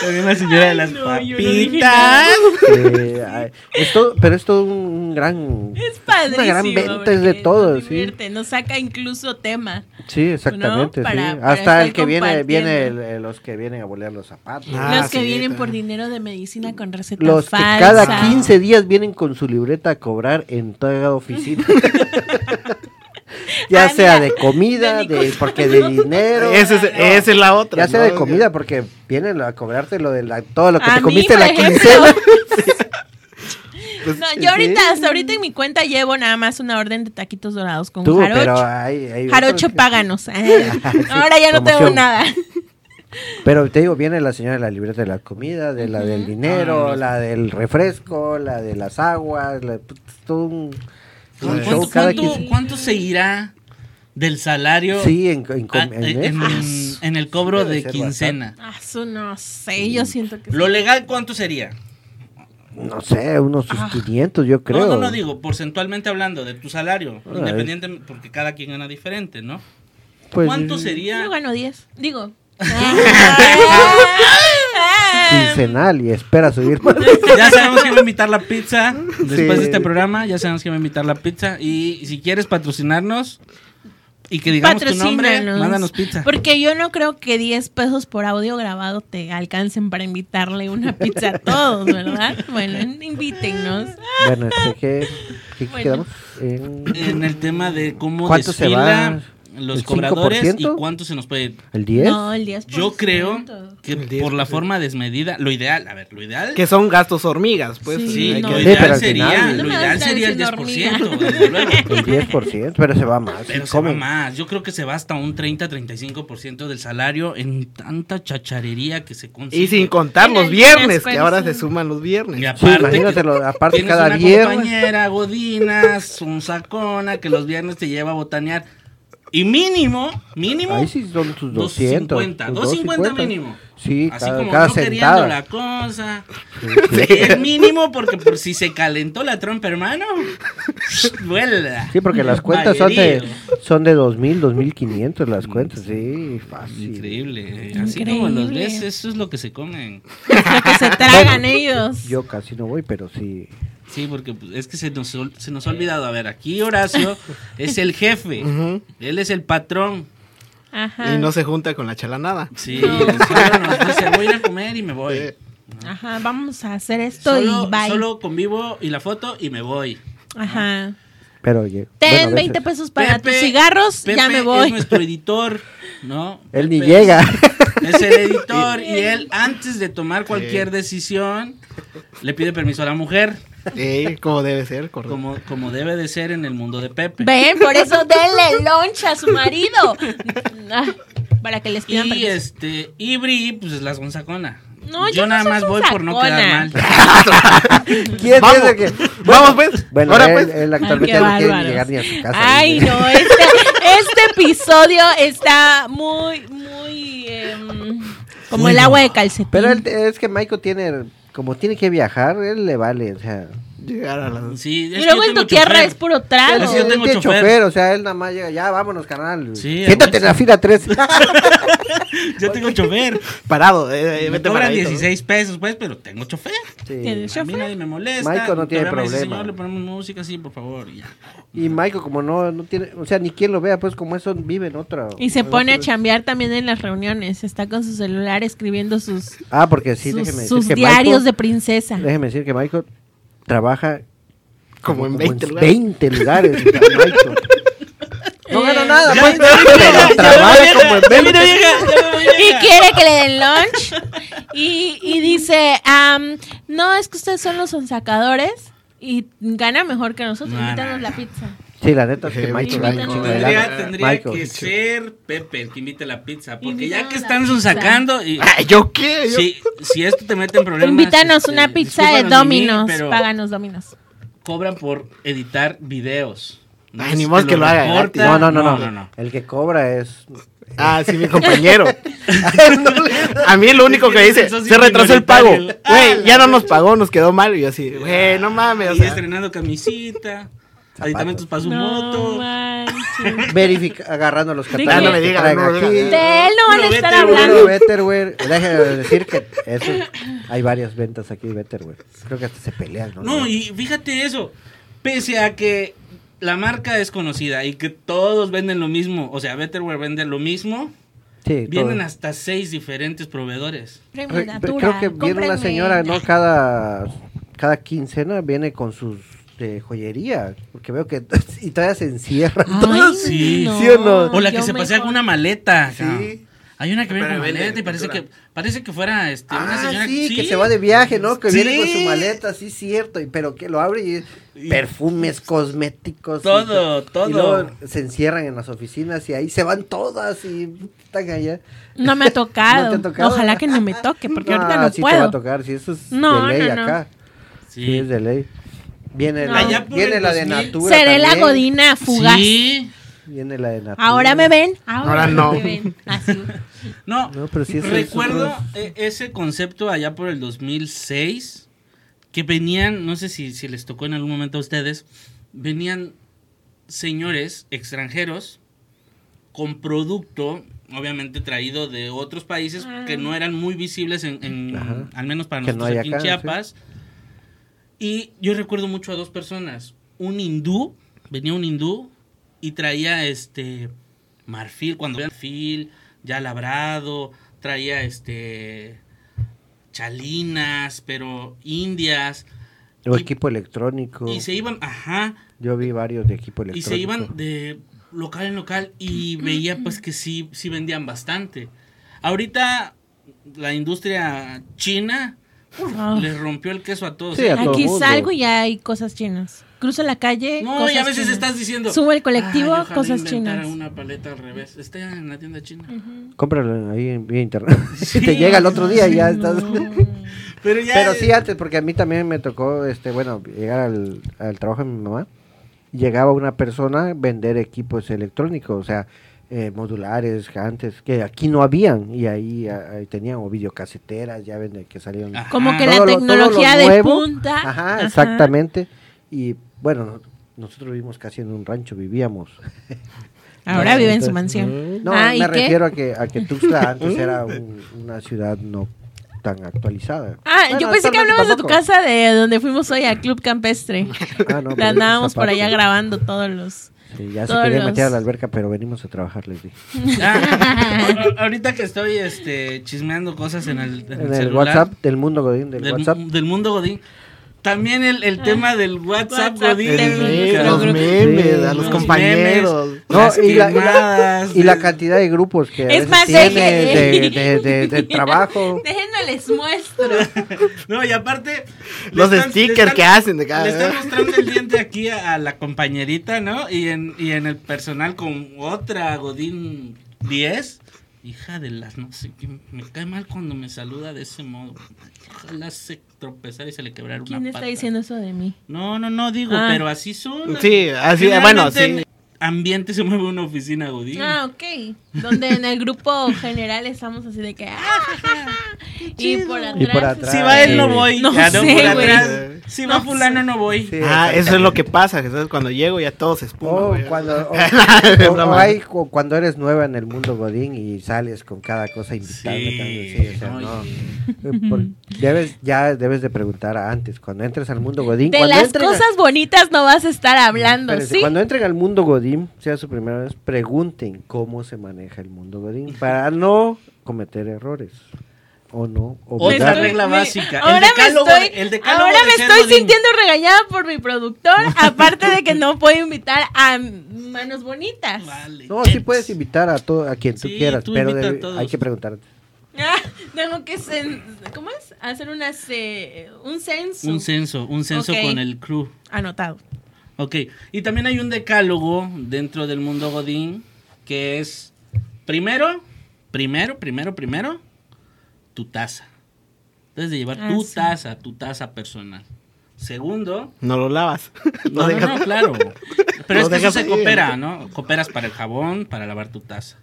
También la señora de las
no, yo no dije nada.
papitas.
Eh, ay, es todo- pero es todo un, un gran.
Es padrísimo.
Una gran venta, es
porque
de todo,
nos
sí.
divierte, Nos saca incluso tema.
Sí, exactamente.
¿No?
sí.
Para- para
Hasta el
estar
que viene, viene
compartiendo.
el- eh, los que vienen a bolear los zapatos.
Ah,
los que
sí,
vienen
claro.
por dinero de medicina con recetas
Los que
falsas.
cada 15 días vienen con su libreta a cobrar en toda oficina. ya
Ah,
sea
mira,
de comida,
de mi
de,
cosa.
porque de dinero.
Esa es, esa es la otra.
Ya sea
¿no?
de comida, porque vienen a cobrarte lo de la- todo lo que
A
te
mí,
comiste en
por
la
ejemplo.
quincena.
Pues,
No,
Sí.
yo ahorita, hasta ahorita en mi cuenta llevo nada más una orden de taquitos dorados con
Tú,
jarocho.
pero hay- hay otros
jarocho
que-
páganos. ¿eh? Ahora ya no tengo
promoción.
nada.
Pero te digo, viene la señora de la libreta de la comida, de la del dinero,
Ah, no.
la del refresco, la de las aguas, la- todo un- Un
pues, ¿Cuánto,
show cada
cuánto-
15.
cuánto seguirá del salario
Sí, en, en,
a-
en
Ah, en,
Netflix.
en el cobro
Ah, Debe
de
ser
quincena?
Ah, eso no sé, yo siento que...
¿Lo
sí.
legal cuánto sería?
No sé, unos sus
Ah.
500, yo creo.
No, no, no digo, porcentualmente hablando de tu salario,
Ay.
independiente, porque cada quien gana diferente, ¿no?
Pues,
¿Cuánto
Yo
sería?
gano 10, digo. Ah.
Quincenal y espera subir más.
Ya sabemos que va a invitar la pizza después
Sí.
de este programa, ya sabemos que va a invitar la pizza y si quieres patrocinarnos y que digamos tu nombre,
Patrocínanos.
mándanos pizza.
Porque yo no creo que 10 pesos por audio grabado te alcancen para invitarle una pizza a todos, ¿verdad? Bueno, invítennos.
bueno, este, ¿qué, qué
Bueno.
quedamos? En
En el tema de cómo
¿Cuánto se
desfila
va?
los
¿El
cobradores y
5%?
cuánto se nos puede
¿El 10?
No, el 10%.
Yo creo que
El 10%.
por la forma desmedida, lo ideal, a ver, lo ideal.
Que son gastos hormigas, pues.
Sí,
hay
no.
lo
que-
Sí, pero
ideal
al
sería,
final-
lo
No me
ideal
vas a
sería el
decir
10%,
hormiga.
desde luego.
El 10%, pero se va más.
Pero
sí,
se va
comen.
más. Yo creo que se va hasta un 30-35% del salario en tanta chacharería que se consigue.
Y sin contar
En
los
el
viernes, que
10%.
ahora se suman los
Y
viernes.
Sí,
aparte, que
imagínatelo, aparte
tienes
cada
una
viernes.
compañera, Godina, sacona que los viernes te lleva a botanear. Y mínimo, mínimo,
Ahí sí son tus 200.
250,
tus
250 mínimo.
Sí,
Así
cada,
como
cada
no queriendo
sentada.
la cosa.
Sí, sí.
Y es mínimo porque por si se calentó la trompa, hermano, vuela.
Sí, porque las cuentas son de,
Valerio.
son de 2.000, 2.500 las cuentas. Sí, fácil.
Increíble. eh. Así como los
Increíble.
ves, eso es lo que se comen.
Es lo que se tragan ellos.
Yo casi no voy, pero sí.
Sí, porque pues, es que se nos, ol- se nos ha olvidado. A ver, aquí Horacio es el jefe.
Ujú.
Él es el patrón.
Ajá.
Y no se junta con la chalanada.
Sí, solo nos dice, voy a ir a comer y me voy.
Ajá, vamos a hacer esto
Solo,
y bye.
solo convivo y la foto y me voy.
Ajá.
Pero oye.
Ten
bueno, a veces
20 pesos para
Pepe-
tus cigarros, ya
Pepe
me
es
voy.
nuestro editor, ¿no?
Él ni
Pepe es-
llega.
Es el editor y él, antes de tomar cualquier decisión, le pide permiso a la mujer,
Eh, como debe ser, correcto.
como, como debe de ser en el mundo de Pepe.
Ven, por eso denle loncha a su marido. Ah, para que les pidan
Y
permiso.
este, y Bri, pues es la sonsacona.
No,
yo
yo no
nada
soy
más voy por no quedar
sonsacona.
mal.
¿Quién
Vamos.
piensa que.?
Vamos, pues.
Bueno, eh,
Ahora,
él,
pues.
él
Ay,
actualmente
qué
no quiere
bárbaros.
ni llegar ni a su casa.
Ay,
dice.
no, este, este episodio está muy, muy. em, como el agua de calcetín.
Pero él- es que Maiko tiene. Como tiene que viajar, él le vale. O sea.
Llegar a las.
Sí, es
y
que
luego
yo
en tu
tengo
tierra
chofer.
es puro
Él,
Es
trago.
que yo
él
tengo
tiene
chofer.
chofer. o sea, él nada más llega, ya vámonos, carnal.
Sí,
Siéntate en la fila 3.
Yo tengo chofer.
Parado. eh, eh,
me
vete
cobran
paradito.
16 pesos, pues, pero tengo chofer.
Tienes-
A mí
¿Chofer?
nadie me molesta.
Michael no
El
tiene
programa dice,
problema.
Señor, le ponemos música así, por favor. y ya.
Y Maiko, como no, no tiene. O sea, ni quien lo vea, pues como eso vive en otra.
Y se
en
pone a
pues.
otro-
chambear también en las reuniones. Está con su celular escribiendo sus,
Ah, porque sí,
sus,
déjeme decir.
sus
que
diarios
Michael-
de princesa.
Déjeme decir que Michael trabaja
Como en 20 lugares.
20 lugares. o sea, Michael. No gana
Eh,
nada,
Ya,
pues,
ya vino vieja,
pero
ya vino
trabaja
vieja,
como en
ya vino
20.
vieja, ya vino
Y
vieja.
quiere que le den lunch. Y, y dice, am, no, es que ustedes son los sonsacadores y gana mejor que nosotros.
No,
Invítanos
no,
la
no.
pizza.
Sí, la neta es que
Eh,
Michael
Michael,
gana un
Michael.
chingo de
Tendría,
lana.
tendría
Michael.
que ser Pepe el que invite la pizza. Porque ya
Invítame
que
la
están
pizza.
sacando. Y,
Ay, ¿yo qué? Yo-
si, si esto te mete en problemas.
Invítanos
este,
una pizza de
discúlpanos, Mimi,
Dominos.
pero
Páganos Dominos.
Cobran por editar videos.
Ay,
es
ni modo que lo haga ¿eh?
recorta.
gratis.
No, no, no, no, El que cobra es.
Ah, sí, mi compañero. A mí lo único que dice,
Eso sí
se retrasó el pago.
minoritario.
Güey, ya no nos pagó, nos quedó mal. Y yo así, güey, no mames. o
Y
sea,
estrenando camisita, aditamentos para su
No
moto.
manches.
Verifica, agarrando los
Dije-
catálogos.
Ah, no me
que
digas,
traen
no me
aquí.
digas.
De él no van a
Puro
estar
Betterware.
Puro
hablando.
Betterware. Déjame decir que eso, hay varias ventas aquí de Betterware. Creo que hasta se pelean, ¿no?
No, y fíjate eso. Pese a que la marca es conocida y que todos venden lo mismo, o sea, Betterware vende lo mismo,
Sí,
vienen
todo.
hasta seis diferentes proveedores.
Premio
Re-
Natura,
Creo que viene una
cómprenme.
señora, ¿no? Cada, cada quincena viene con sus de joyería, porque veo que y todavía se encierra.
Ay,
todas.
Ah, sí.
¿Sí o no?
O la que
yo
se pasea
mejor.
con una maleta. cabrón. Hay una que viene
Pero
con
vende
maleta y parece que,
pintura.
parece que fuera este, una
Ah,
señora
sí, que se va de viaje, ¿no? Que
Sí.
viene con su maleta, sí, cierto, y, pero que lo abre y perfumes, cosméticos. y
Todo,
to-
todo.
Y luego se encierran en las oficinas y ahí se van todas y están allá.
No me ha tocado.
¿No te ha tocado?
Ojalá que no me toque, porque ahorita
Ah,
no
sí te va a
puedo.
tocar, sí, eso es
No,
de ley
no, no.
acá. Sí,
Sí.
es de ley. Viene,
No.
la,
Allá por
viene
el
la de
2000.
Natura.
Seré la
también.
godina fugaz.
Sí.
Viene la de Natura.
Ahora me ven,
Ahora no.
me ven. Ah, Así.
No,
No, pero sí es-
recuerdo
es
eh, ese concepto allá por el 2006 que venían, no sé si, si les tocó en algún momento a ustedes, venían señores extranjeros con producto, obviamente traído de otros países
Ah.
que no eran muy visibles, en, en-
Ajá.
al menos para
Que
nosotros
no hay
aquí en
acá, sí.
Chiapas. Y yo recuerdo mucho a dos personas, un hindú, venía un hindú y traía este marfil, cuando era marfil ya labrado, traía este chalinas, pero indias
O equipo electrónico.
y se iban, ajá,
Yo vi varios de equipo
y
electrónico.
se iban de local en local y veía pues que sí sí vendían bastante. Ahorita la industria china
Ah.
les rompió el queso a todos. ¿eh?
Sí, a todo
Aquí
mundo.
salgo y ya hay cosas chinas. Cruzo la calle.
No,
cosas
y a veces
chinas.
estás diciendo. "Ah,
Subo el colectivo,
"Ay, ojalá
cosas
inventara
chinas.
una paleta al revés. Está en la tienda china.
Cómpralo en- ahí en vía internet. Si
Sí.
te llega el otro día y ya
No.
estás.
Pero ya.
Pero sí antes, porque a mí también me tocó, este, bueno, llegar al, al trabajo de mi mamá. Llegaba una persona a vender equipos electrónicos, o sea, eh, modulares antes que aquí no habían y ahí, a- ahí tenían o videocaseteras, ya ven de que salieron.
Ajá.
Como que
Todo
la
lo- todo lo
tecnología de
nuevo.
punta.
Ajá, exactamente. Y bueno, no- nosotros vivimos casi en un rancho, vivíamos.
Ahora vive en su
Entonces,
mansión.
No,
Ah, ¿y
me
qué?
refiero a que, a que Tuxtla antes era un- una ciudad no tan actualizada.
Ah,
Bueno,
yo pensé
actualmente
que hablabas de tu
tampoco.
casa de donde fuimos hoy a Club Campestre.
Ah, no, pero
Andábamos por
Zapato.
allá grabando todos los.
Sí, ya se
Todos
quería
los-
meter a la alberca, pero venimos a trabajar, les dije.
Ah, a- ahorita que estoy este, chismeando cosas en el, en el
En el
celular,
WhatsApp del mundo Godín, del,
del,
WhatsApp.
del mundo Godín. También el, el tema del WhatsApp,
Ah. WhatsApp,
Godín.
del-
Sí,
del-
los
los
creo que-
memes, a los
memes,
compañeros.
No,
las
y la- y la-
quemadas,
Y la
de-
cantidad de grupos que a
Es
veces
más,
tiene de,
déjenme-
de- de- de trabajo.
Déjenme les muestro.
No, y aparte. le
Los
están- le
stickers
están-
que hacen de cada
Le están mostrando el diente aquí a, a la compañerita, ¿no? Y en, y en el personal con otra Godín 10. Hija de las no sé qué, me cae mal cuando me saluda de ese modo. Ojalá se tropezara y se le quebrara una
¿Quién está
pata.
diciendo eso de mí?
No, no, no, digo,
Ah.
pero así son.
Sí, así, ah, bueno,
Generalmente en
sí.
Ambiente se mueve una oficina Godín.
Ah, ok. Donde en el grupo general estamos así de que. ah, ja, ja, ja. y por atrás.
Y por atrás.
Si va él, no voy.
No
Ya, no,
sé,
por
güey.
atrás. Si va
No
fulano, no voy.
Sí,
Ah,
exacto.
eso es lo que pasa, que sabes, cuando llego ya todo se espuma.
O
güey.
Oh, cuando, o-
Es
o- o
broma.
hay cu- cuando eres nueva en el mundo Godín y sales con cada cosa invitada. sí, o sea,
no,
no.
y-
Eh, por- debes, ya debes de preguntar antes, cuando entres al mundo Godín.
De
cuando
las
entren a-
cosas bonitas no vas a estar hablando,
Espérense,
¿sí?
Cuando entren al mundo Godín, sea su primera vez, pregunten cómo se maneja el mundo Godín para no cometer errores. O no.
Otra
obligar-
regla
me-
básica. El
Ahora me
decálogo
estoy,
de- el decálogo
ahora
de
me
ser
estoy
Godín.
sintiendo regañada por mi productor, aparte de que no puedo invitar a manos bonitas.
Vale,
No, sí
chetos.
puedes invitar a todo a quien tú
Sí,
quieras,
tú
pero
invita a
debe-
todos.
hay que preguntar.
Ah, tengo que sen- ¿cómo es? Hacer unas eh, un censo
Un censo, un censo
Ok.
con el crew.
anotado.
Ok, y también hay un decálogo dentro del mundo Godín que es, primero, primero, primero, primero, tu taza. Debes de llevar
Ah,
tu
sí.
taza, tu taza personal. Segundo,
No lo lavas.
no, no,
dejas-
no, claro. Pero
Lo
es que eso
dejas
se
ahí.
coopera, ¿no? Cooperas para el jabón, para lavar tu taza.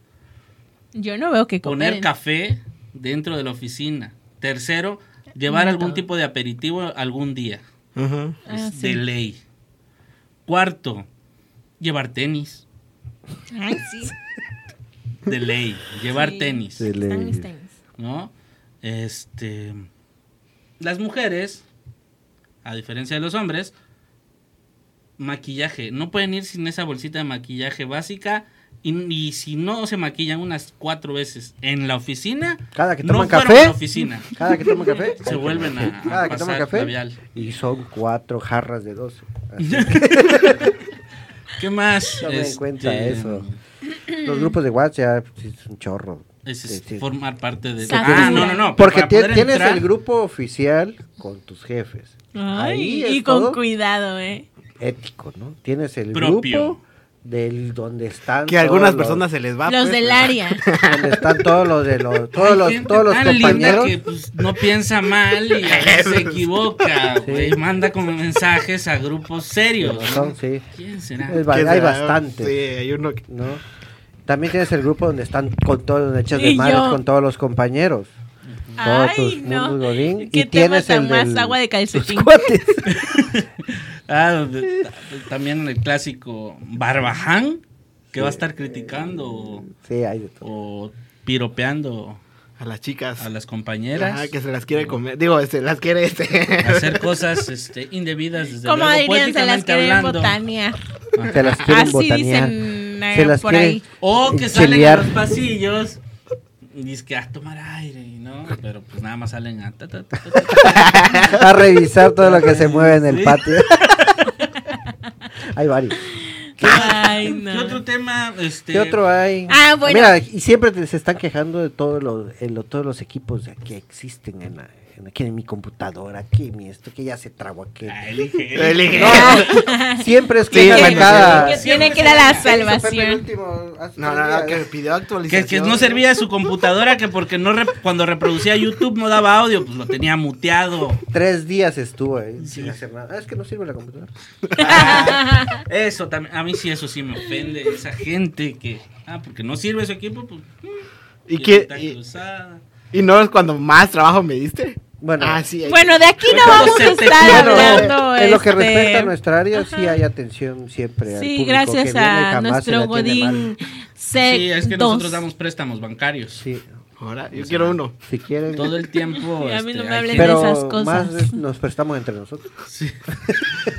Yo no veo que
Poner
comer.
café dentro de la oficina. Tercero, llevar algún tipo de aperitivo algún día.
Ujú.
Ah,
Es
sí.
de ley. Cuarto, llevar tenis.
Ay, sí.
De ley. Llevar
Sí.
tenis.
Sí. Dele.
Están mis tenis.
¿No? Este. Las mujeres, a diferencia de los hombres, maquillaje. No pueden ir sin esa bolsita de maquillaje básica. Y, y si no se maquillan unas cuatro veces en la oficina,
Cada que
no
toman
fueron
café.
a la oficina.
Cada que toma café.
Se vuelven a- a
Cada que
pasar
toma café.
labial.
Y son cuatro jarras de 12. Así
¿Qué más?
tomen en cuenta
Este,
eso. Los grupos de WhatsApp ya sí, es un chorro.
Es, es
Sí, sí.
formar parte de.
Sabe.
Ah, no, no, no.
Porque
para
tie-
poder
tienes
entrar-
el grupo oficial con tus jefes.
Ay,
Ahí es
y con
todo
cuidado, eh.
ético, ¿no? Tienes el
Propio.
grupo del donde están
Que a algunas
todos
personas se les va.
Los
pues,
del
pero-
área.
los, donde están todos los de los todos
Hay
los
gente
todos los
tan linda
compañeros
que pues, no piensa mal y a veces se equivoca, güey. Manda como mensajes a grupos serios.
Pero
¿no?
son, sí.
¿Quién será?
Es
¿Quién
ba- hay
será?
bastante
Sí, hay uno que.
¿no? También tienes el grupo donde están con todos los hechos
Y
de malos
yo.
con todos los compañeros. Todos
Ay,
tus
no.
mundos godín.
¿Qué
y
tema
tienes
tan
el
más
del-
agua de calcetín?
tus cuates.
Ah, donde- ta- también el clásico Barbaján, que va a estar criticando o,
Sí, hay de todo.
o piropeando
A las chicas.
a las compañeras.
Ajá, que se las quiere comer. Digo, este, las quiere este.
Hacer cosas este, indebidas desde
Como
luego,
dirían, se
poéticamente
las quieren
hablando.
Botania.
Se las quieren
Así
botanear.
Ah, dicen eh,
Se las
por
quieren-
ahí.
O Oh, que salen
Chilear.
a los pasillos. Y dice que a tomar aire, ¿no? Pero pues nada más salen a. ta, ta, ta, ta, ta.
A revisar todo lo que se mueve en el
Sí.
patio. hay varios.
Ay,
¿Qué otro
no.
tema? Este,
¿Qué otro hay?
Ah, bueno.
Mira, y siempre te- se están quejando de todos los, en lo- todos los equipos de- que existen en, la- en- aquí en mi computadora, que mi esto, que ya se trabó aquí.
Ah, elige, elige.
Elige.
Siempre es
Sí,
que
bueno,
cada...
Que tiene que ir a la salvación.
No, no, no, que pidió
Que,
actualización.
que no servía su computadora, que porque no rep- cuando reproducía YouTube no daba audio, pues lo tenía muteado.
Tres días estuvo eh, sin hacer nada. Ah, es que no sirve la computadora.
Eso también, a mí sí, eso sí me ofende. Esa gente que, ah, porque no sirve su equipo, pues. mm,
¿Y
tiene
qué-
tanta
y-
usada.
Y no es cuando más trabajo me diste.
Bueno.
Ah, sí. ahí-
Bueno, de aquí no
Pero
vamos a
se te
estar
quiero.
Bueno, eh,
hablando.
en lo que
este,
respecta a nuestra área, sí
ajá.
hay atención siempre. al
Sí,
público
gracias
que viene,
a
jamás se le
nuestro
atiende
Godín
mal.
C.
Sí, es que nosotros damos préstamos bancarios.
Sí,
Ahora, yo quiero uno.
si quieren.
Todo el tiempo.
Y a mí
este,
no me
hay
hablen
gente-
pero
esas cosas.
más es- nos prestamos entre nosotros.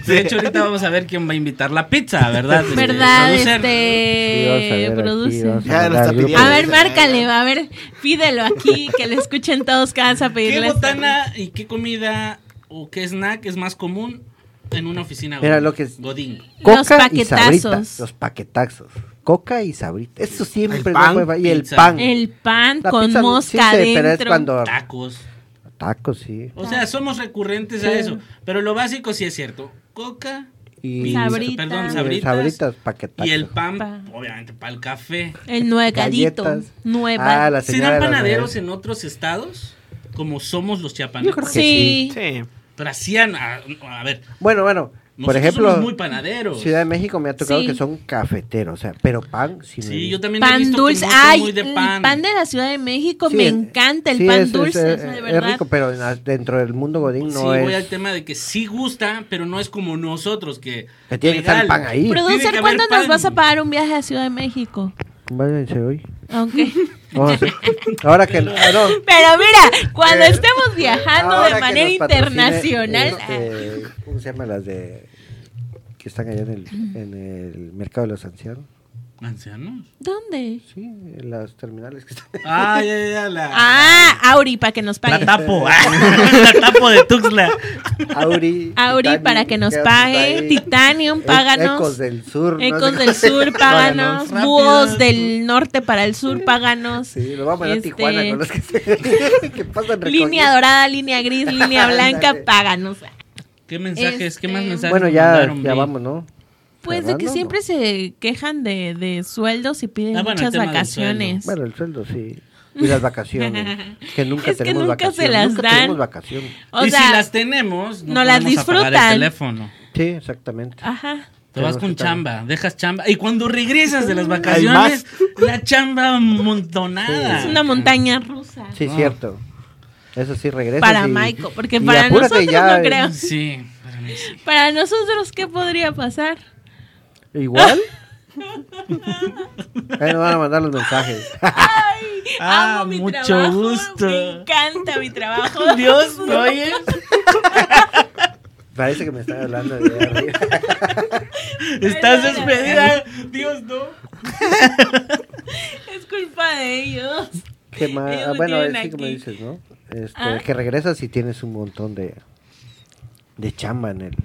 De hecho, ahorita vamos a ver quién va a invitar la pizza, ¿verdad? Este,
¿Verdad?
producer?
Sí, vamos a ver
Este.
aquí,
Produce.
vamos
Ya lo
mandar
está
al grupo.
pidiendo.
A ver, márcale, a ver, pídelo aquí, que le escuchen todos cada vez a
¿Qué
pedirle.
botana y qué comida o qué snack es más común en una oficina?
Mira,
Godín?
lo que es-
Godín.
Coca
Los
y
paquetazos.
sabritas. Los paquetazos. Coca y sabritas. Eso siempre.
El
no
pan,
fue- y el
pizza.
pan.
El pan
La
con
pizza, sí,
mosca
sí,
adentro.
Pero es cuando.
Tacos.
Tacos, sí.
Ah.
O sea, somos recurrentes a
Sí.
eso. Pero lo básico sí es cierto. Coca,
Y
pizza,
Sabritas.
perdón,
y
sabritas.
sabritas, paquetazos.
Y el pan,
Pa.
obviamente, para el café.
El nuegadito.
Galletas.
Nueva.
Ah, la
¿Se
señora
dan
de las
panaderos
galletas.
en otros estados? Como somos los
Yo creo
chiapanecos.
que
sí.
Sí.
Pero hacían, a, a ver,
Bueno, bueno.
nosotros
por ejemplo.
somos muy panaderos.
Ciudad de México me ha tocado
Sí.
que son cafeteros, o sea, pero pan sí. me
Sí,
vi.
yo también he
Pan
visto que
dulce.
no son
Ay,
muy de
el pan de la Ciudad de México
Sí,
me
es-
encanta. El
sí,
pan
es- es-
dulce,
es,
eso de
es
verdad.
rico, pero en la- dentro del mundo godín
Sí,
no
voy al
es.
tema de que sí gusta, pero no es como nosotros que...
Que tiene que estar el
legal.
pan ahí.
Tiene que
Producer,
haber
¿cuándo nos
pan.
vas a pagar un viaje a Ciudad de México?
Váyanse hoy.
Aunque.
Vamos a- ahora que ah, no.
Pero mira, cuando estemos viajando
Eh, Ahora
de
que
manera
nos patrocine,
internacional. ah,
este, ¿Cómo se llama las de que están allá en el, en el mercado de los ancianos?
¿Ancianos?
¿Dónde?
Sí, en las terminales que están.
Ah, ya, ya, ya, la...
Ah, Auri, para que nos
la
pague.
tapo, la tapo de Tuxtla.
Auri.
Auri,
Titanium,
para que nos
quedan
pague.
ahí.
Titanium,
E-
páganos.
Ecos del sur. no
Ecos
sé
del
cómo se-
sur, páganos.
Rápido.
Búhos del norte para el sur, páganos.
Sí, lo vamos a mandar
Este,
a Tijuana con los que, se, que pasan
Línea
recogiendo.
dorada, línea gris, línea blanca,
Ándale.
páganos.
¿Qué mensajes? ¿Qué más
Este-
mensajes?
Bueno, ya,
mandaron,
ya
Vi?
vamos, ¿no?
Pues de que
Cerrando,
siempre
¿no?
se quejan de, de sueldos y piden
Ah, bueno, el
muchas
tema del
vacaciones.
Bueno, el sueldo sí. Y las vacaciones. que nunca
Es que
tenemos
nunca se
vacaciones.
las
nunca
dan.
tenemos vacaciones.
O
y
sea,
si las tenemos, no,
no las
podemos apagar
disfrutan.
el teléfono.
Sí, exactamente.
ajá.
Te vas
Tenemos
con
que estar-
chamba, dejas chamba. Y cuando regresas de las
más.
vacaciones, la chamba amontonada.
Es una montaña rusa.
Sí,
Ah.
cierto. Eso sí regresa.
Para
y-
Maiko, porque
y
para
apúrate
nosotros
ya, ¿eh?
no creo.
Sí, para mí sí.
Para nosotros, ¿qué podría pasar?
eh, Igual. Ahí nos van a mandar los mensajes.
Ah,
Amo mi
mucho
trabajo,
gusto.
Me encanta mi trabajo.
Dios, ¿me oyes?
Parece que me están hablando de allá arriba.
Estás despedida. Dios, no.
Es culpa de ellos.
¿Qué más?
Ellos
Ah,
lo
bueno,
tienen
sí que me
aquí.
dices, ¿no? Este,
Ah.
Que regresas y tienes un montón de, de chamba en él.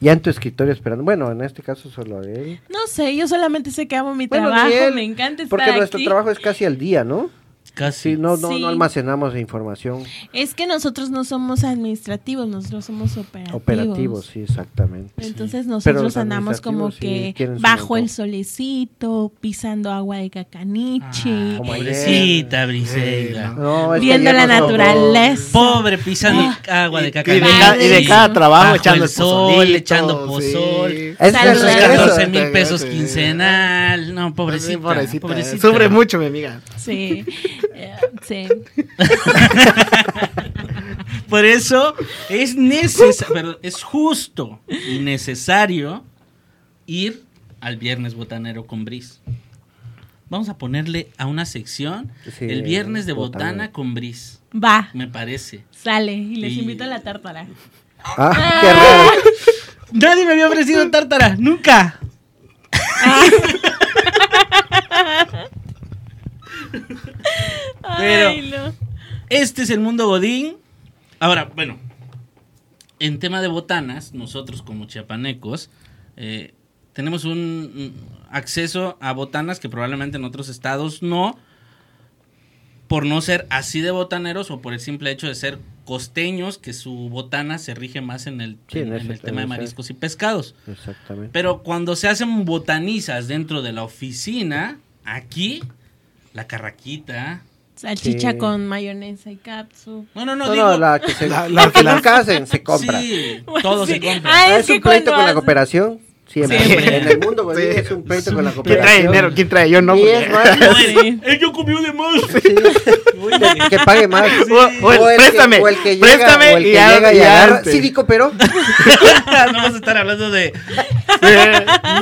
Ya en tu escritorio esperando. Bueno, en este caso solo él.
No sé, yo solamente sé que amo mi
Bueno,
trabajo.
ni él,
me encanta estar
Porque nuestro
aquí.
trabajo es casi al día, ¿no?
Casi.
Sí, no, no,
Sí.
no almacenamos información
Es que nosotros no somos administrativos, nosotros somos operativos.
operativos, sí, exactamente.
Entonces
Pero
nosotros
los
andamos como
administrativos sí
que
tienen su
bajo el
montón.
solecito, pisando agua de
Ah,
cacaniche,
como ayer.
pobrecita Briseida.
No, es que
viendo
ya
la
no somos-
naturaleza.
Pobre pisando agua de
Y-
caca.
Y, de cada, y de cada trabajo
Bajo
echando
el sol,
pozolito,
echando pozol. Eh,
sí.
Es
Salud.
Esos
Eso,
14 mil
sí,
pesos
sí.
quincenal. No,
Sí,
pobrecita.
pobrecita, eh.
pobrecita.
Sufre mucho, mi amiga.
Sí, eh, sí.
Por eso es necesario, es justo y necesario ir al viernes botanero con Bris. Vamos a ponerle a una sección
Sí,
el viernes de botana,
botana.
con Bris,
Va,
me parece.
sale y les
Y-
invito a la tártara.
Ah, qué raro.
Nadie me había ofrecido tártara, nunca. Pero-
Ay, no.
Este es el mundo Godín. Ahora, bueno, en tema de botanas, nosotros como chiapanecos eh, tenemos un mm, acceso a botanas que probablemente en otros estados no, por no ser así de botaneros o por el simple hecho de ser costeños, que su botana se rige más en el,
Sí, en
en- en
ese-
el tema de
en ese.
mariscos y pescados.
Exactamente.
Pero cuando se hacen botanizas dentro de la oficina, aquí, la carraquita...
Salchicha
Sí.
con mayonesa y capsu.
No, no, no,
No, no,
digo-
la que se, la,
La- la
que
que
la
la-
casen se compra.
Sí,
Bueno,
todo
sí.
se compra.
Ah, es
es,
que
un pleito
cuando
con la
hace-
cooperación. Siempre.
Siempre.
En el mundo, güey,
Sí.
es un pleito con la
¿Quién
cooperación.
trae dinero? ¿Quién trae? Yo no.
Y
porque-
es más,
eh, Yo
Sí.
comió de más.
sí, que pague más.
O- o el-
que-
préstame,
o el que llega,
préstame
o el que
y ya-
llega y
ya
agarra.
antes.
Sí, di cooperó.
no vas a estar hablando de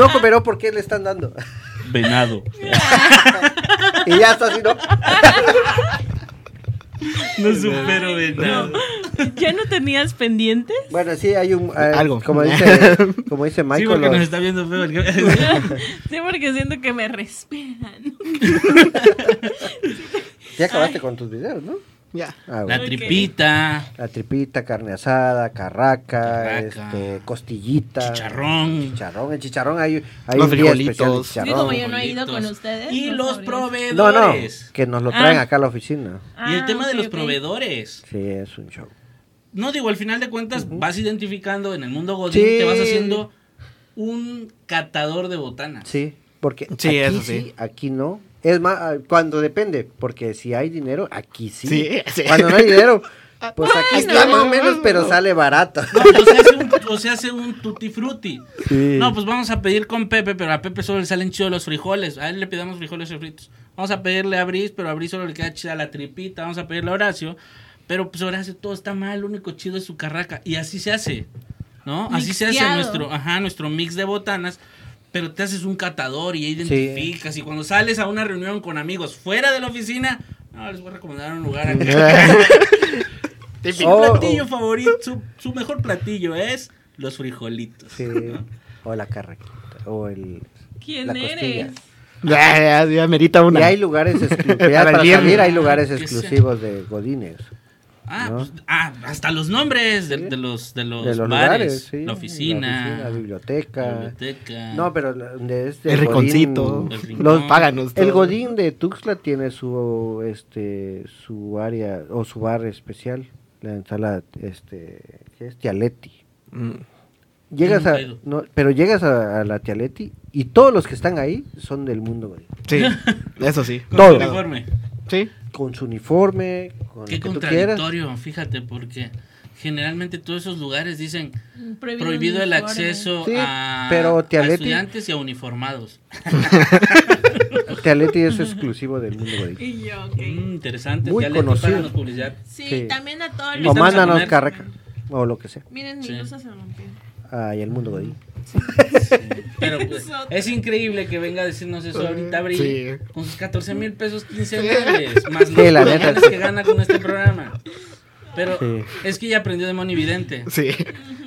No cooperó porque le están dando.
venado.
Y ya está así, ¿no?
No supero venado.
¿Ya no tenías pendiente?
Bueno, sí, hay un. eh,
Algo.
Como dice, como dice
Sí,
Michael.
porque
los-
nos está viendo feo. el que-
Sí, porque siento que me respetan.
Ya acabaste con tus videos, ¿no?
Ya.
Ah,
La
bueno.
tripita,
La tripita, carne asada, carraca,
Carraca.
este, costillita.
chicharrón.
Chicharrón, el chicharrón hay, hay
Los
un día
frijolitos.
especial de
Sí, como
chicharrón.
yo no he ido con ustedes.
Y
no
los
No,
sabría.
no,
proveedores.
que nos lo traen
Ah.
acá a la oficina.
Y
Ah,
el tema de
ok,
los
ok.
proveedores.
Sí, es un show.
No digo, al final de cuentas vas identificando en el mundo godín,
Sí.
te vas haciendo un catador de botanas.
Sí, porque
Sí,
aquí
eso
sí,
sí.
aquí no. Es más, ah, cuando depende, porque si hay dinero, aquí sí.
Sí, sí.
Cuando no hay dinero, pues aquí está
no,
más o menos,
no.
pero sale barato.
No, o se hace un, o se hace un tutti frutti.
Sí.
No, pues vamos a pedir con Pepe, pero a Pepe solo le salen chidos los frijoles. A él le pidamos frijoles refritos. Vamos a pedirle a Bris, pero a Bris solo le queda chida la tripita. Vamos a pedirle a Horacio. Pero pues Horacio todo está mal, lo único chido es su carraca. Y así se hace, ¿no? Así se hace
Mixeado.
nuestro, ajá, nuestro mix de botanas. Pero te haces un catador y identificas. Y cuando sales a una reunión con amigos fuera de la oficina, no, les voy a recomendar un lugar acá. Su
Típico.
Oh.
platillo favorito, su, su mejor platillo es los frijolitos.
Sí. O la carraquita, o el...
¿Quién
la costilla.
eres?
Ya, ya, ya merita una.
Y hay lugares exclusivos.
Para el
para
viernes.
salir hay lugares
Que sea.
exclusivos de Godines.
Ah,
¿no?
pues, ah, hasta los nombres de, de los, de los,
de los
bares,
lugares, sí.
la oficina,
la biblioteca.
la biblioteca.
No, pero la- de este
El
Godín-
riconcito.
El rincón.
Los páganos.
el
todo.
Godín de Tuxtla tiene su este su área o su bar especial, la ensalada este que es Tialetti.
Mm.
Llegas
Nunca
a
he ido.
no, pero llegas a, a la Tialetti y todos los que están ahí son del mundo Godín,
Sí, eso sí.
Con
todo.
su uniforme.
Sí.
con su uniforme, con
Qué
lo que tú quieras.
contradictorio, fíjate, porque generalmente todos esos lugares dicen prohibido, el
uniforme.
acceso
Sí,
a,
pero
a
Tialeti-
estudiantes y a uniformados.
Tialetti es exclusivo del mundo Godín.
Y yo, ok.
Mm, interesante,
Muy
Tialeti,
conocido.
páganos publicidad.
Sí,
Sí.
también a todos
O
Invitamos a
mándanos
comer.
carraca o lo que sea.
Miren, mi
Sí.
blusa se rompió.
Ay, el mundo Godín.
Sí, Pero pues, es increíble que venga a decirnos eso ahorita, Abril,
Sí.
con sus 14 mil pesos quincenales, más
Sí,
los
la neta,
millones
sí.
que gana con este programa. Pero
Sí.
es que ya aprendió de Moni Vidente.
Sí.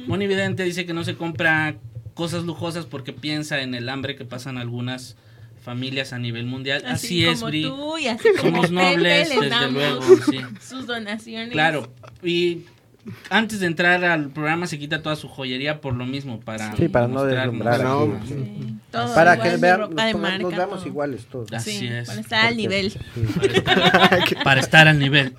Moni Vidente dice que no se compra cosas lujosas porque piensa en el hambre que pasan algunas familias a nivel mundial. Así, es,
como
Bri.
tú y así como
Somos
Pepe,
nobles,
les
desde
damos
luego, sí.
sus donaciones.
Claro, y antes de entrar al programa se quita toda su joyería por lo mismo, para,
Sí, para no
mostrarnos.
deslumbrar.
No,
aquí, sí.
Sí, todo
Mm, Para
Ah, igual
que
de
vean, nos,
ropa de
pongan- nos
marca,
veamos
todo.
iguales todos.
Así
Sí,
es.
para estar al
Porque-
nivel.
sí.
Para estar al nivel.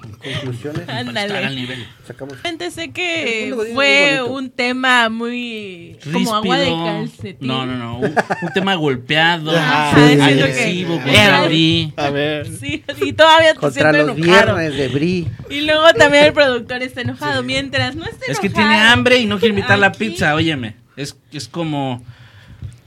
Conclusiones.
Para estar al
Ándale.
nivel.
Sacamos.
Gente, sé
El
que
mundo godín es
fue
muy bonito.
un tema muy como agua de
Ríspido.
calcetín.
No, no, no. Un, un tema golpeado,
Ajá,
sí,
siento que-
agresivo,
Era-
contra Di.
A ver.
Sí, y todavía te
Contra
siento
los
enojado.
viernes de Bri.
Y luego también el productor está enojado. Mientras no esté enojado.
Es que tiene hambre y no quiere invitar la
Aquí.
pizza, óyeme. Es, es como...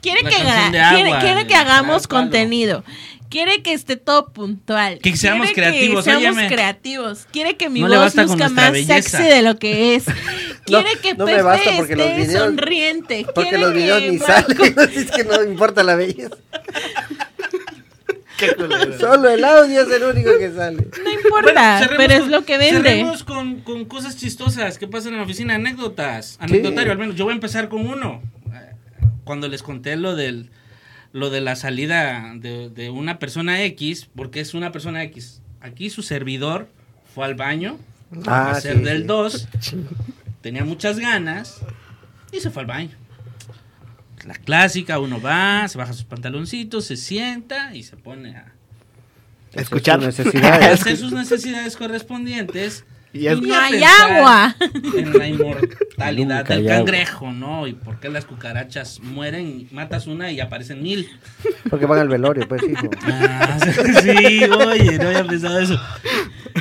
Quiere
La
que,
canción
haga-
de agua,
quiere, quiere que
el
hagamos
trápalo.
contenido. Quiere que esté todo puntual.
Que seamos
Quiere
creativos,
Que seamos
óyeme.
creativos. Quiere que mi
No le
voz
basta con
luzca
nuestra
más
belleza.
sexy de lo que es. Quiere que
no me
Pepe
basta porque los
esté
videos-
sonriente.
Porque
Quiere
los videos
que
ni
Marco-
salen. Así es que no importa la belleza.
Qué culero.
Solo el audio es el único que sale.
No importa,
Bueno, cerremos
Ah, pero es
con-
lo que vende.
Cerremos con, con cosas chistosas que pasan en la oficina, anécdotas, anecdotario al menos. Yo voy a empezar con uno. Eh, Cuando les conté lo del lo de la salida de, de una persona X, porque es una persona X. Aquí su servidor fue al baño a
Ah,
hacer
sí,
del
sí.
2, tenía muchas ganas y se fue al baño. La clásica, uno va, se baja sus pantaloncitos, se sienta y se pone a
Escuchar.
Sus necesidades.
hacer sus necesidades correspondientes
Y es-
Y
ni
no
a
hay
pensar
agua.
En la inmortalidad
Nunca
del
hay agua.
cangrejo, ¿no? Y por qué las cucarachas mueren, matas una y aparecen mil.
Porque van al velorio, pues, hijo.
Ah, sí, oye, no había pensado eso.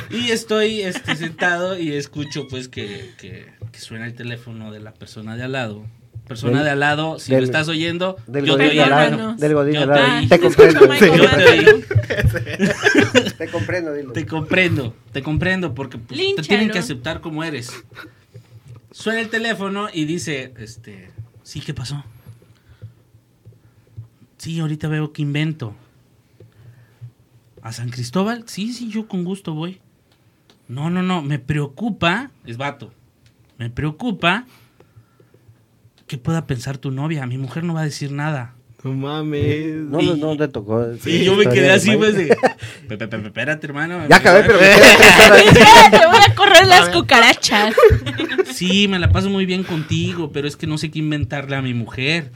Y estoy este, sentado y escucho pues que, que- que suena el teléfono de la persona de al lado. Persona
Del-
de al lado, si
del-
lo estás oyendo,
Del
yo te oí,
godín al
hermano.
lado.
hermanos.
Del godín
Yo
al
te
Ah,
lado.
oí.
Te comprendo.
disculpa, Michael
Yo te oí.
Jackson.
Te comprendo, dilo.
Te comprendo, te comprendo, porque pues, te
Línchalo.
tienen que aceptar como eres. Suena el teléfono y dice, este, sí, ¿qué pasó? Sí, ahorita veo que invento. ¿A San Cristóbal? Sí, sí, yo con gusto voy. No, no, no, me preocupa, es vato, me preocupa que pueda pensar tu novia. Mi mujer no va a decir nada.
No mames.
No, no, no te tocó. esa
Y yo me
historia
quedé
de
así,
Mike.
pues, de, "Pe- pe- pe- espérate, hermano.
Ya acabé, pero me quedan tres horas.
Espérate, voy a correr las cucarachas.
Sí, me la paso muy bien contigo, pero es que no sé qué inventarle a mi mujer.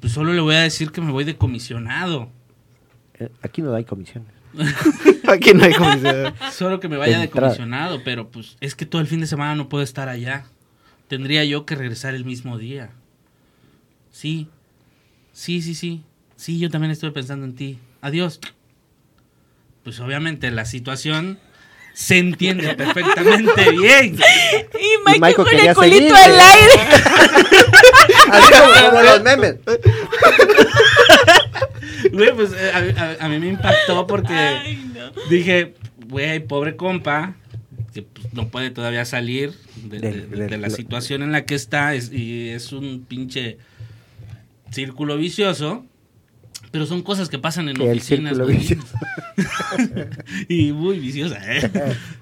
Pues solo le voy a decir que me voy de comisionado.
Eh, Aquí no hay comisiones.
Aquí no hay comisión.
Solo que me vaya de
Entrada.
comisionado, pero pues es que todo el fin de semana no puedo estar allá. Tendría yo que regresar el mismo día. Sí, sí, sí, sí. Sí, yo también estuve pensando en ti. Adiós. Pues obviamente la situación se entiende perfectamente bien.
Y
Y
Michael,
Michael
con
quería
el culito
seguirle.
al aire.
Así como, como los memes.
Güey, pues eh, a, a- a mí me impactó porque...
Ay, no.
Dije, güey, pobre compa, que pues, no puede todavía salir de, de-
Del-
de- de la
del-
situación en la que está es- y es un pinche círculo vicioso. Pero son cosas que pasan en
Que el
oficinas.
círculo
güey.
vicioso.
y muy viciosa, ¿eh?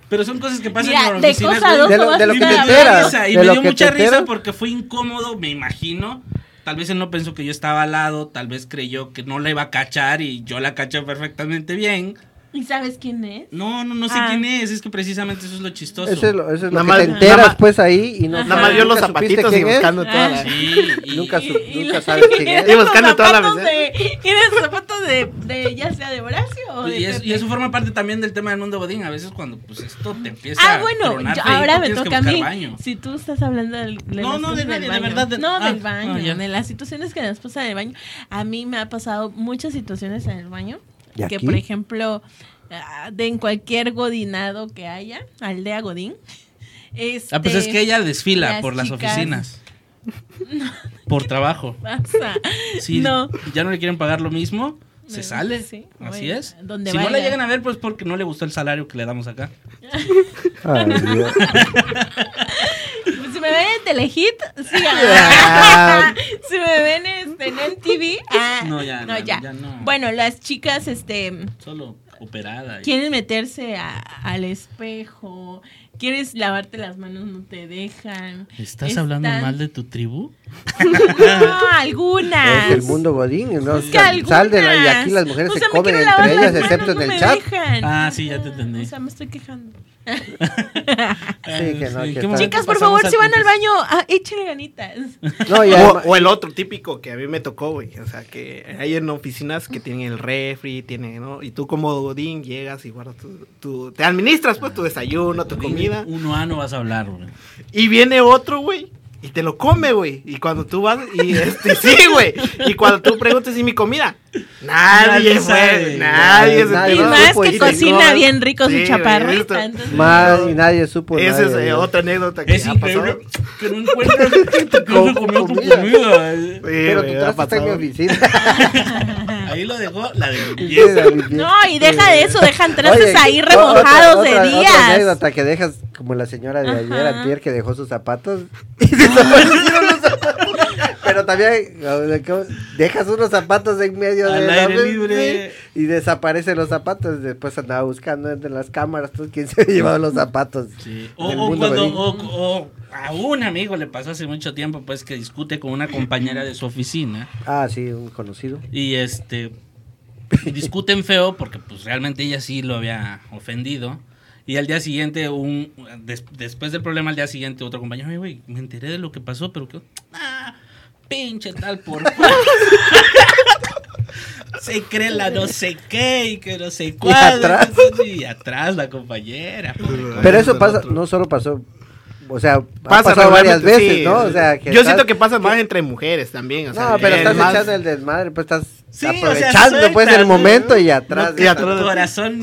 Pero son cosas que pasan
Mira,
en
de
oficinas.
cosa
güey.
dos
De lo, de lo
Y
que
me
te
dio
enteras.
risa, Y
de
me
lo
dio
que
mucha
te enteras.
risa porque fue incómodo, me imagino. Tal vez él no pensó que yo estaba al lado, tal vez creyó que no la iba a cachar y yo la caché perfectamente bien.
¿Y sabes quién es?
No, no, no sé
Ah.
quién es, es que precisamente eso es lo chistoso.
Eso es lo, eso es lo
Nada
que
más-
te enteras,
nada más-
pues, ahí. Y no
Nada
Nada
sabes,
más vio los
nunca supiste
zapatitos y
quién es.
buscando toda la.
Sí, y-
Nunca, su-
Y- y
nunca
la-
sabes quién es.
Y buscando toda la
zapatos
mesa.
de- Y de zapatos de, de ya sea de Horacio o de
y, es-
Pepe.
y eso forma parte también del tema del mundo godín. A veces cuando pues esto te empieza
Ah,
a
bueno,
tronar
yo-
feíto,
ahora me
tienes que
toca a
buscar
mí. Este,
baño.
Si tú estás hablando del, de
No,
las
no,
cosas
de
del
nadie, de
baño.
verdad, de-
no,
ah,
del baño,
ah, ya.
de las situaciones que nos pasan en el baño. A mí me ha pasado muchas situaciones en el baño.
¿Y
Que,
aquí?
por ejemplo, ah, de en cualquier godinado que haya, aldea godín. Este,
Ah, pues es que ella desfila
las
por las
chicas-
oficinas. Por trabajo.
pasa.
Sí,
No.
ya no le quieren pagar lo mismo, se
No,
sale.
sí,
Así
bueno,
es.
donde
si no la
vaya.
llegan a ver, pues porque no le gustó el salario que le damos acá.
Ay, Dios.
Si me ven en Telehit, sí.
Ah.
si me ven este, en MTV, ah,
No, ya no, ya no.
Bueno, las chicas, este,
Solo operada. y-
Quieres meterse a- al espejo, quieres lavarte las manos, no te dejan.
¿Estás hablando
Están-
mal de tu tribu?
No, algunas.
Es el mundo godín, ¿no?
Que
Sal, sal de la, y aquí las
algunas.
mujeres
O sea,
se
me
comen
quiero lavar
entre ellas,
las
excepto en
manos,
el
no me
chat.
dejan.
Ah, sí, ya te entendí.
O sea, me estoy quejando.
Eh,
que no,
¿en qué
que está-
momento
Chicas, por
pasamos
favor, si van al
contexto?
baño, ah, échenle ganitas.
No, y
O,
además-
o el otro típico que a mí me tocó, güey. O sea, que hay en oficinas que tienen el refri, tienen, ¿no? Y tú como Godín llegas y guardas tu, tu- Te administras, pues, tu desayuno, tu comida.
Uno A no vas a hablar, güey.
Y viene otro, güey. Y te lo come, güey. Y cuando tú vas, y este, sí, güey. Y cuando tú preguntas, ¿y mi comida? Nadie,
Nadie
güey.
sabe.
Nadie,
Nadie
Y
se
Pero
enteró.
no
más
supo
que
ir.
Y te
cocina
cobran.
bien rico
Sí,
su
güey,
chaparrita.
esto-
entonces-
más y nadie supo.
Esa es
Pues nadie,
eh,
¿no?
otra anécdota que
Es
ha
increíble
pasado.
que no encuentras gente que no se comió tu
Comida.
comida. eh.
Pero tu traste está en mi oficina.
Ahí lo dejó la de
No, y deja de eso, dejan trastes
este, Oye,
pues, ahí
o-
remojados
otra- otra-
de
Otra
días.
anécdota que dejas como la señora de ayer,
Ajá.
antier, que dejó sus zapatos y se desaparecieron los zapatos. Pero también o sea, ¿cómo? dejas unos zapatos en medio
Al
de la
aire
mesa,
libre.
sí, y desaparecen los zapatos. Después andaba buscando entre las cámaras tú, quién se había llevado los zapatos.
Sí, O,
del
o
mundo
cuando
godín.
o- o a un amigo le pasó hace mucho tiempo, pues que discute con una compañera de su oficina
Ah, sí, un conocido.
y este discuten feo porque pues realmente ella sí lo había ofendido. Y al día siguiente, un des- después del problema, al día siguiente otro compañero, "Oye, güey, me enteré de lo que pasó, pero que... Ah, pinche tal por cual". Se cree la no sé qué y que no sé cuál.
atrás.
Y atrás la compañera.
Pero eso pasa, no solo pasó, o sea, ha
Pasa
pasado varias
regularmente,
veces,
sí.
¿no? O sea, que
Yo
estás-
siento que pasa más entre mujeres también. o sea,
No, pero
es
estás
más-
echando el desmadre, pues estás
Sí, o sea,
aprovechando pues
sueltas,
el momento y
¿no?
atrás.
No,
y
tu
atrás.
corazón.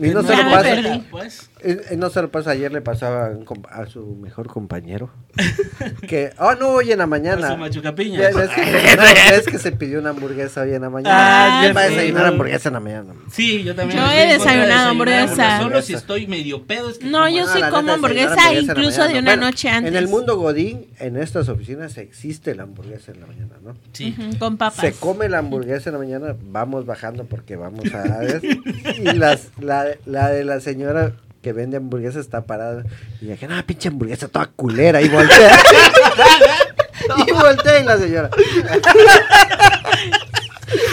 Y no
te
se lo
da
pasa.
cuenta, pues.
Eh, eh, No solo pasa, ayer le pasaba a, un com- a su mejor compañero. que, oh no, hoy en la
A su
mañana.
machucapiña.
Ya ¿Ves que, no, ves que se pidió una hamburguesa hoy en la mañana?
Ah, ya
¿Quién va a
sé,
desayunar
¿no?
hamburguesa en la mañana?
Sí, yo también.
Yo
estoy
he
en contra de
desayunado
desayunar, porque
hamburguesa.
Solo si estoy medio pedo. es que
No,
como-
yo
No,
sí
la
como
neta,
hamburguesa
desayunar hamburguesa en la
incluso
mañana,
de
no.
una
Bueno,
noche antes.
En el mundo Godín, en estas oficinas existe la hamburguesa en la mañana, ¿no?
Sí.
Ujú, Con papas.
Se come la hamburguesa en la mañana, vamos bajando porque vamos a... ¿ves? y las, la, la de la señora que vende hamburguesa está parada. Y dije, ah, pinche hamburguesa toda culera. Y voltea. y voltea y la señora.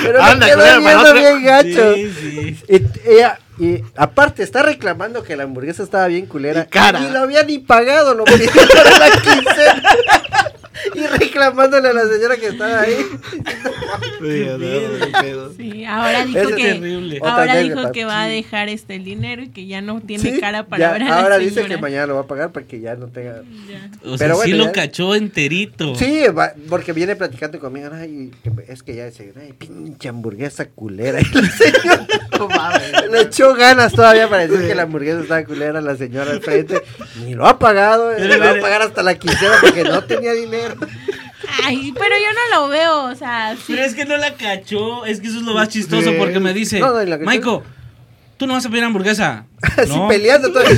Pero
Anda,
me quedo
culera, para
viendo
otra.
bien gacho.
Sí, sí.
Y ella... Y aparte está reclamando que la hamburguesa estaba bien culera.
Y cara.
lo había ni pagado, lo pidió para la quincena. y reclamándole a la señora que estaba ahí.
Sí, o sea, qué pedo.
Sí, ahora dijo
Ese es
que
terrible.
Otra
ahora dijo
anécdota.
que va a
Sí.
dejar este el dinero y que ya no tiene
Sí,
cara para
ya,
ver a la
ahora dice que
señora.
mañana lo va a pagar para que ya no tenga.
Ya.
O sea,
Pero
sí
bueno,
lo
ya-
cachó enterito.
Sí, va- porque viene platicando conmigo. Ay, que- es que ya dice, ay, pinche hamburguesa culera. Y la señora
No mames.
le echó ganas todavía para decir que la hamburguesa estaba culera. La señora al frente ni lo ha pagado, eh,
Mire,
lo va a
mire.
pagar hasta la quincena porque no tenía dinero.
Ay, pero yo no lo veo, o sea, sí.
Pero es que no la cachó. Es que eso es lo más chistoso
Sí.
porque me dice,
No, no, y la cachó.
Maiko, tú no vas a pedir hamburguesa.
Así
no.
peleando todavía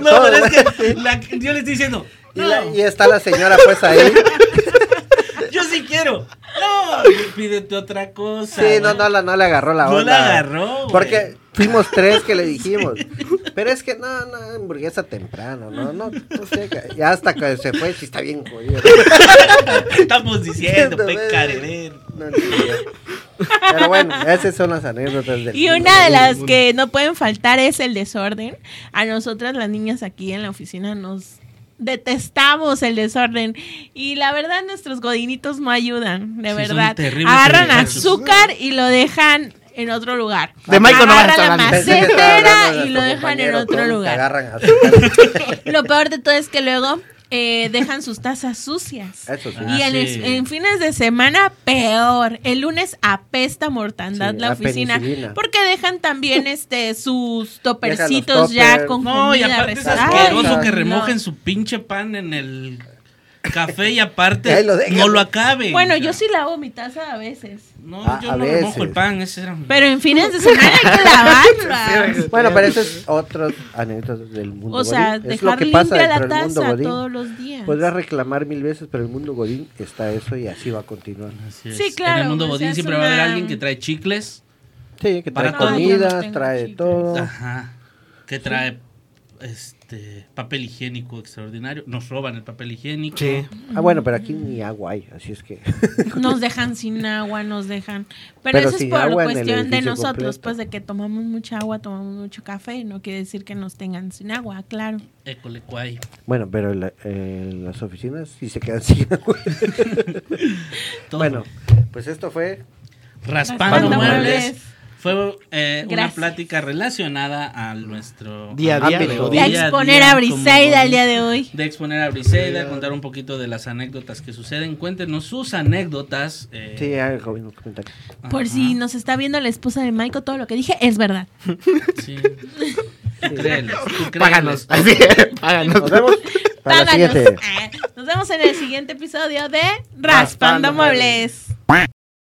No,
todo,
pero es
güey.
que la- yo le estoy diciendo,
y,
no,
la- y está la señora pues ahí.
yo sí quiero. No, pídete otra cosa.
Sí, no,
güey.
no, la- no le agarró la
No la
onda.
agarró, güey.
Porque fuimos tres que le dijimos. Pero es que no, no, hamburguesa temprano, no, no, no sé, que- ya hasta que se fue, sí está bien jodido.
Estamos diciendo,
Siento,
pecarelén.
No entendió. Pero bueno, esas son las anécdotas del
Y
mundo.
una de las que no pueden faltar es el desorden. A nosotras las niñas aquí en la oficina nos detestamos el desorden y la verdad nuestros godinitos no ayudan,
Sí,
de
son
verdad.
terribles
Agarran
perversos.
azúcar y lo dejan en otro lugar.
De Michael no vas a estar
Agarran la
hablando.
Pensé que estaba hablando
macetera
de
y lo
nuestro
dejan en
compañero,
otro
todos te
lugar.
agarran azúcar.
Lo peor de todo es que luego eh, dejan sus tazas sucias.
Eso sí.
Ah,
y en,
sí.
en fines de semana, peor. El lunes apesta mortandad
Sí,
la
la
oficina.
penicilina.
porque dejan también este sus
Dejan
topercitos
los
ya
toppers.
con
No, y
comida
aparte es
rezagada.
asqueroso que
No.
remojen su pinche pan en el café y aparte
Ahí lo dejan.
no lo acaben.
Bueno,
O sea,
yo sí lavo mi taza a veces.
No,
Ah,
yo
a
no remojo
veces.
el pan, ese era un-
Pero en fines de semana hay que lavarla.
Bueno, pero esas es otras anécdotas del mundo.
O sea,
godín. Es
dejar
lo que pasa
limpia la
dentro del mundo
taza
godín. Pues,
todos los días.
Podrás reclamar mil veces, pero el mundo Godín está eso y así va a continuar.
Así
Sí,
es.
claro,
En el mundo
o sea,
bodín
es
siempre va a haber
una-
alguien que trae chicles.
Sí, que trae
Para todo.
Ay, ya no
comidas,
tengo
trae de
chicles.
todo.
Ajá. Que trae este papel higiénico extraordinario. Nos roban el papel higiénico.
Sí.
Ah, bueno, pero aquí ni agua hay, así es que.
Nos dejan sin agua, nos dejan. Pero,
Pero
eso es
sin
por
agua en el
cuestión de
edificio
nosotros,
completo.
pues de que tomamos mucha agua, tomamos mucho café. No quiere decir que nos tengan sin agua, claro.
École cuay.
Bueno, pero la- eh, las oficinas sí se quedan sin agua.
Todo.
Bueno, pues esto fue.
Raspando
Raspando
muebles.
muebles.
Fue eh, una
Gracias.
plática relacionada a nuestro
Día a día.
ámbito.
Día
De
a
exponer
día,
a Briseida
como-
el día de hoy.
De exponer a Briseida, contar un poquito de las anécdotas que suceden. Cuéntenos sus anécdotas. eh,
Sí, algo en los comentarios.
ajá,
Por si nos está viendo la esposa de Michael, todo lo que dije es verdad.
sí. Tú créeles, tú créeles.
Páganos. Así, páganos.
Nos vemos para la
Páganos.
siguiente.
Ah, Nos vemos en el siguiente episodio de Raspando,
Raspando
muebles.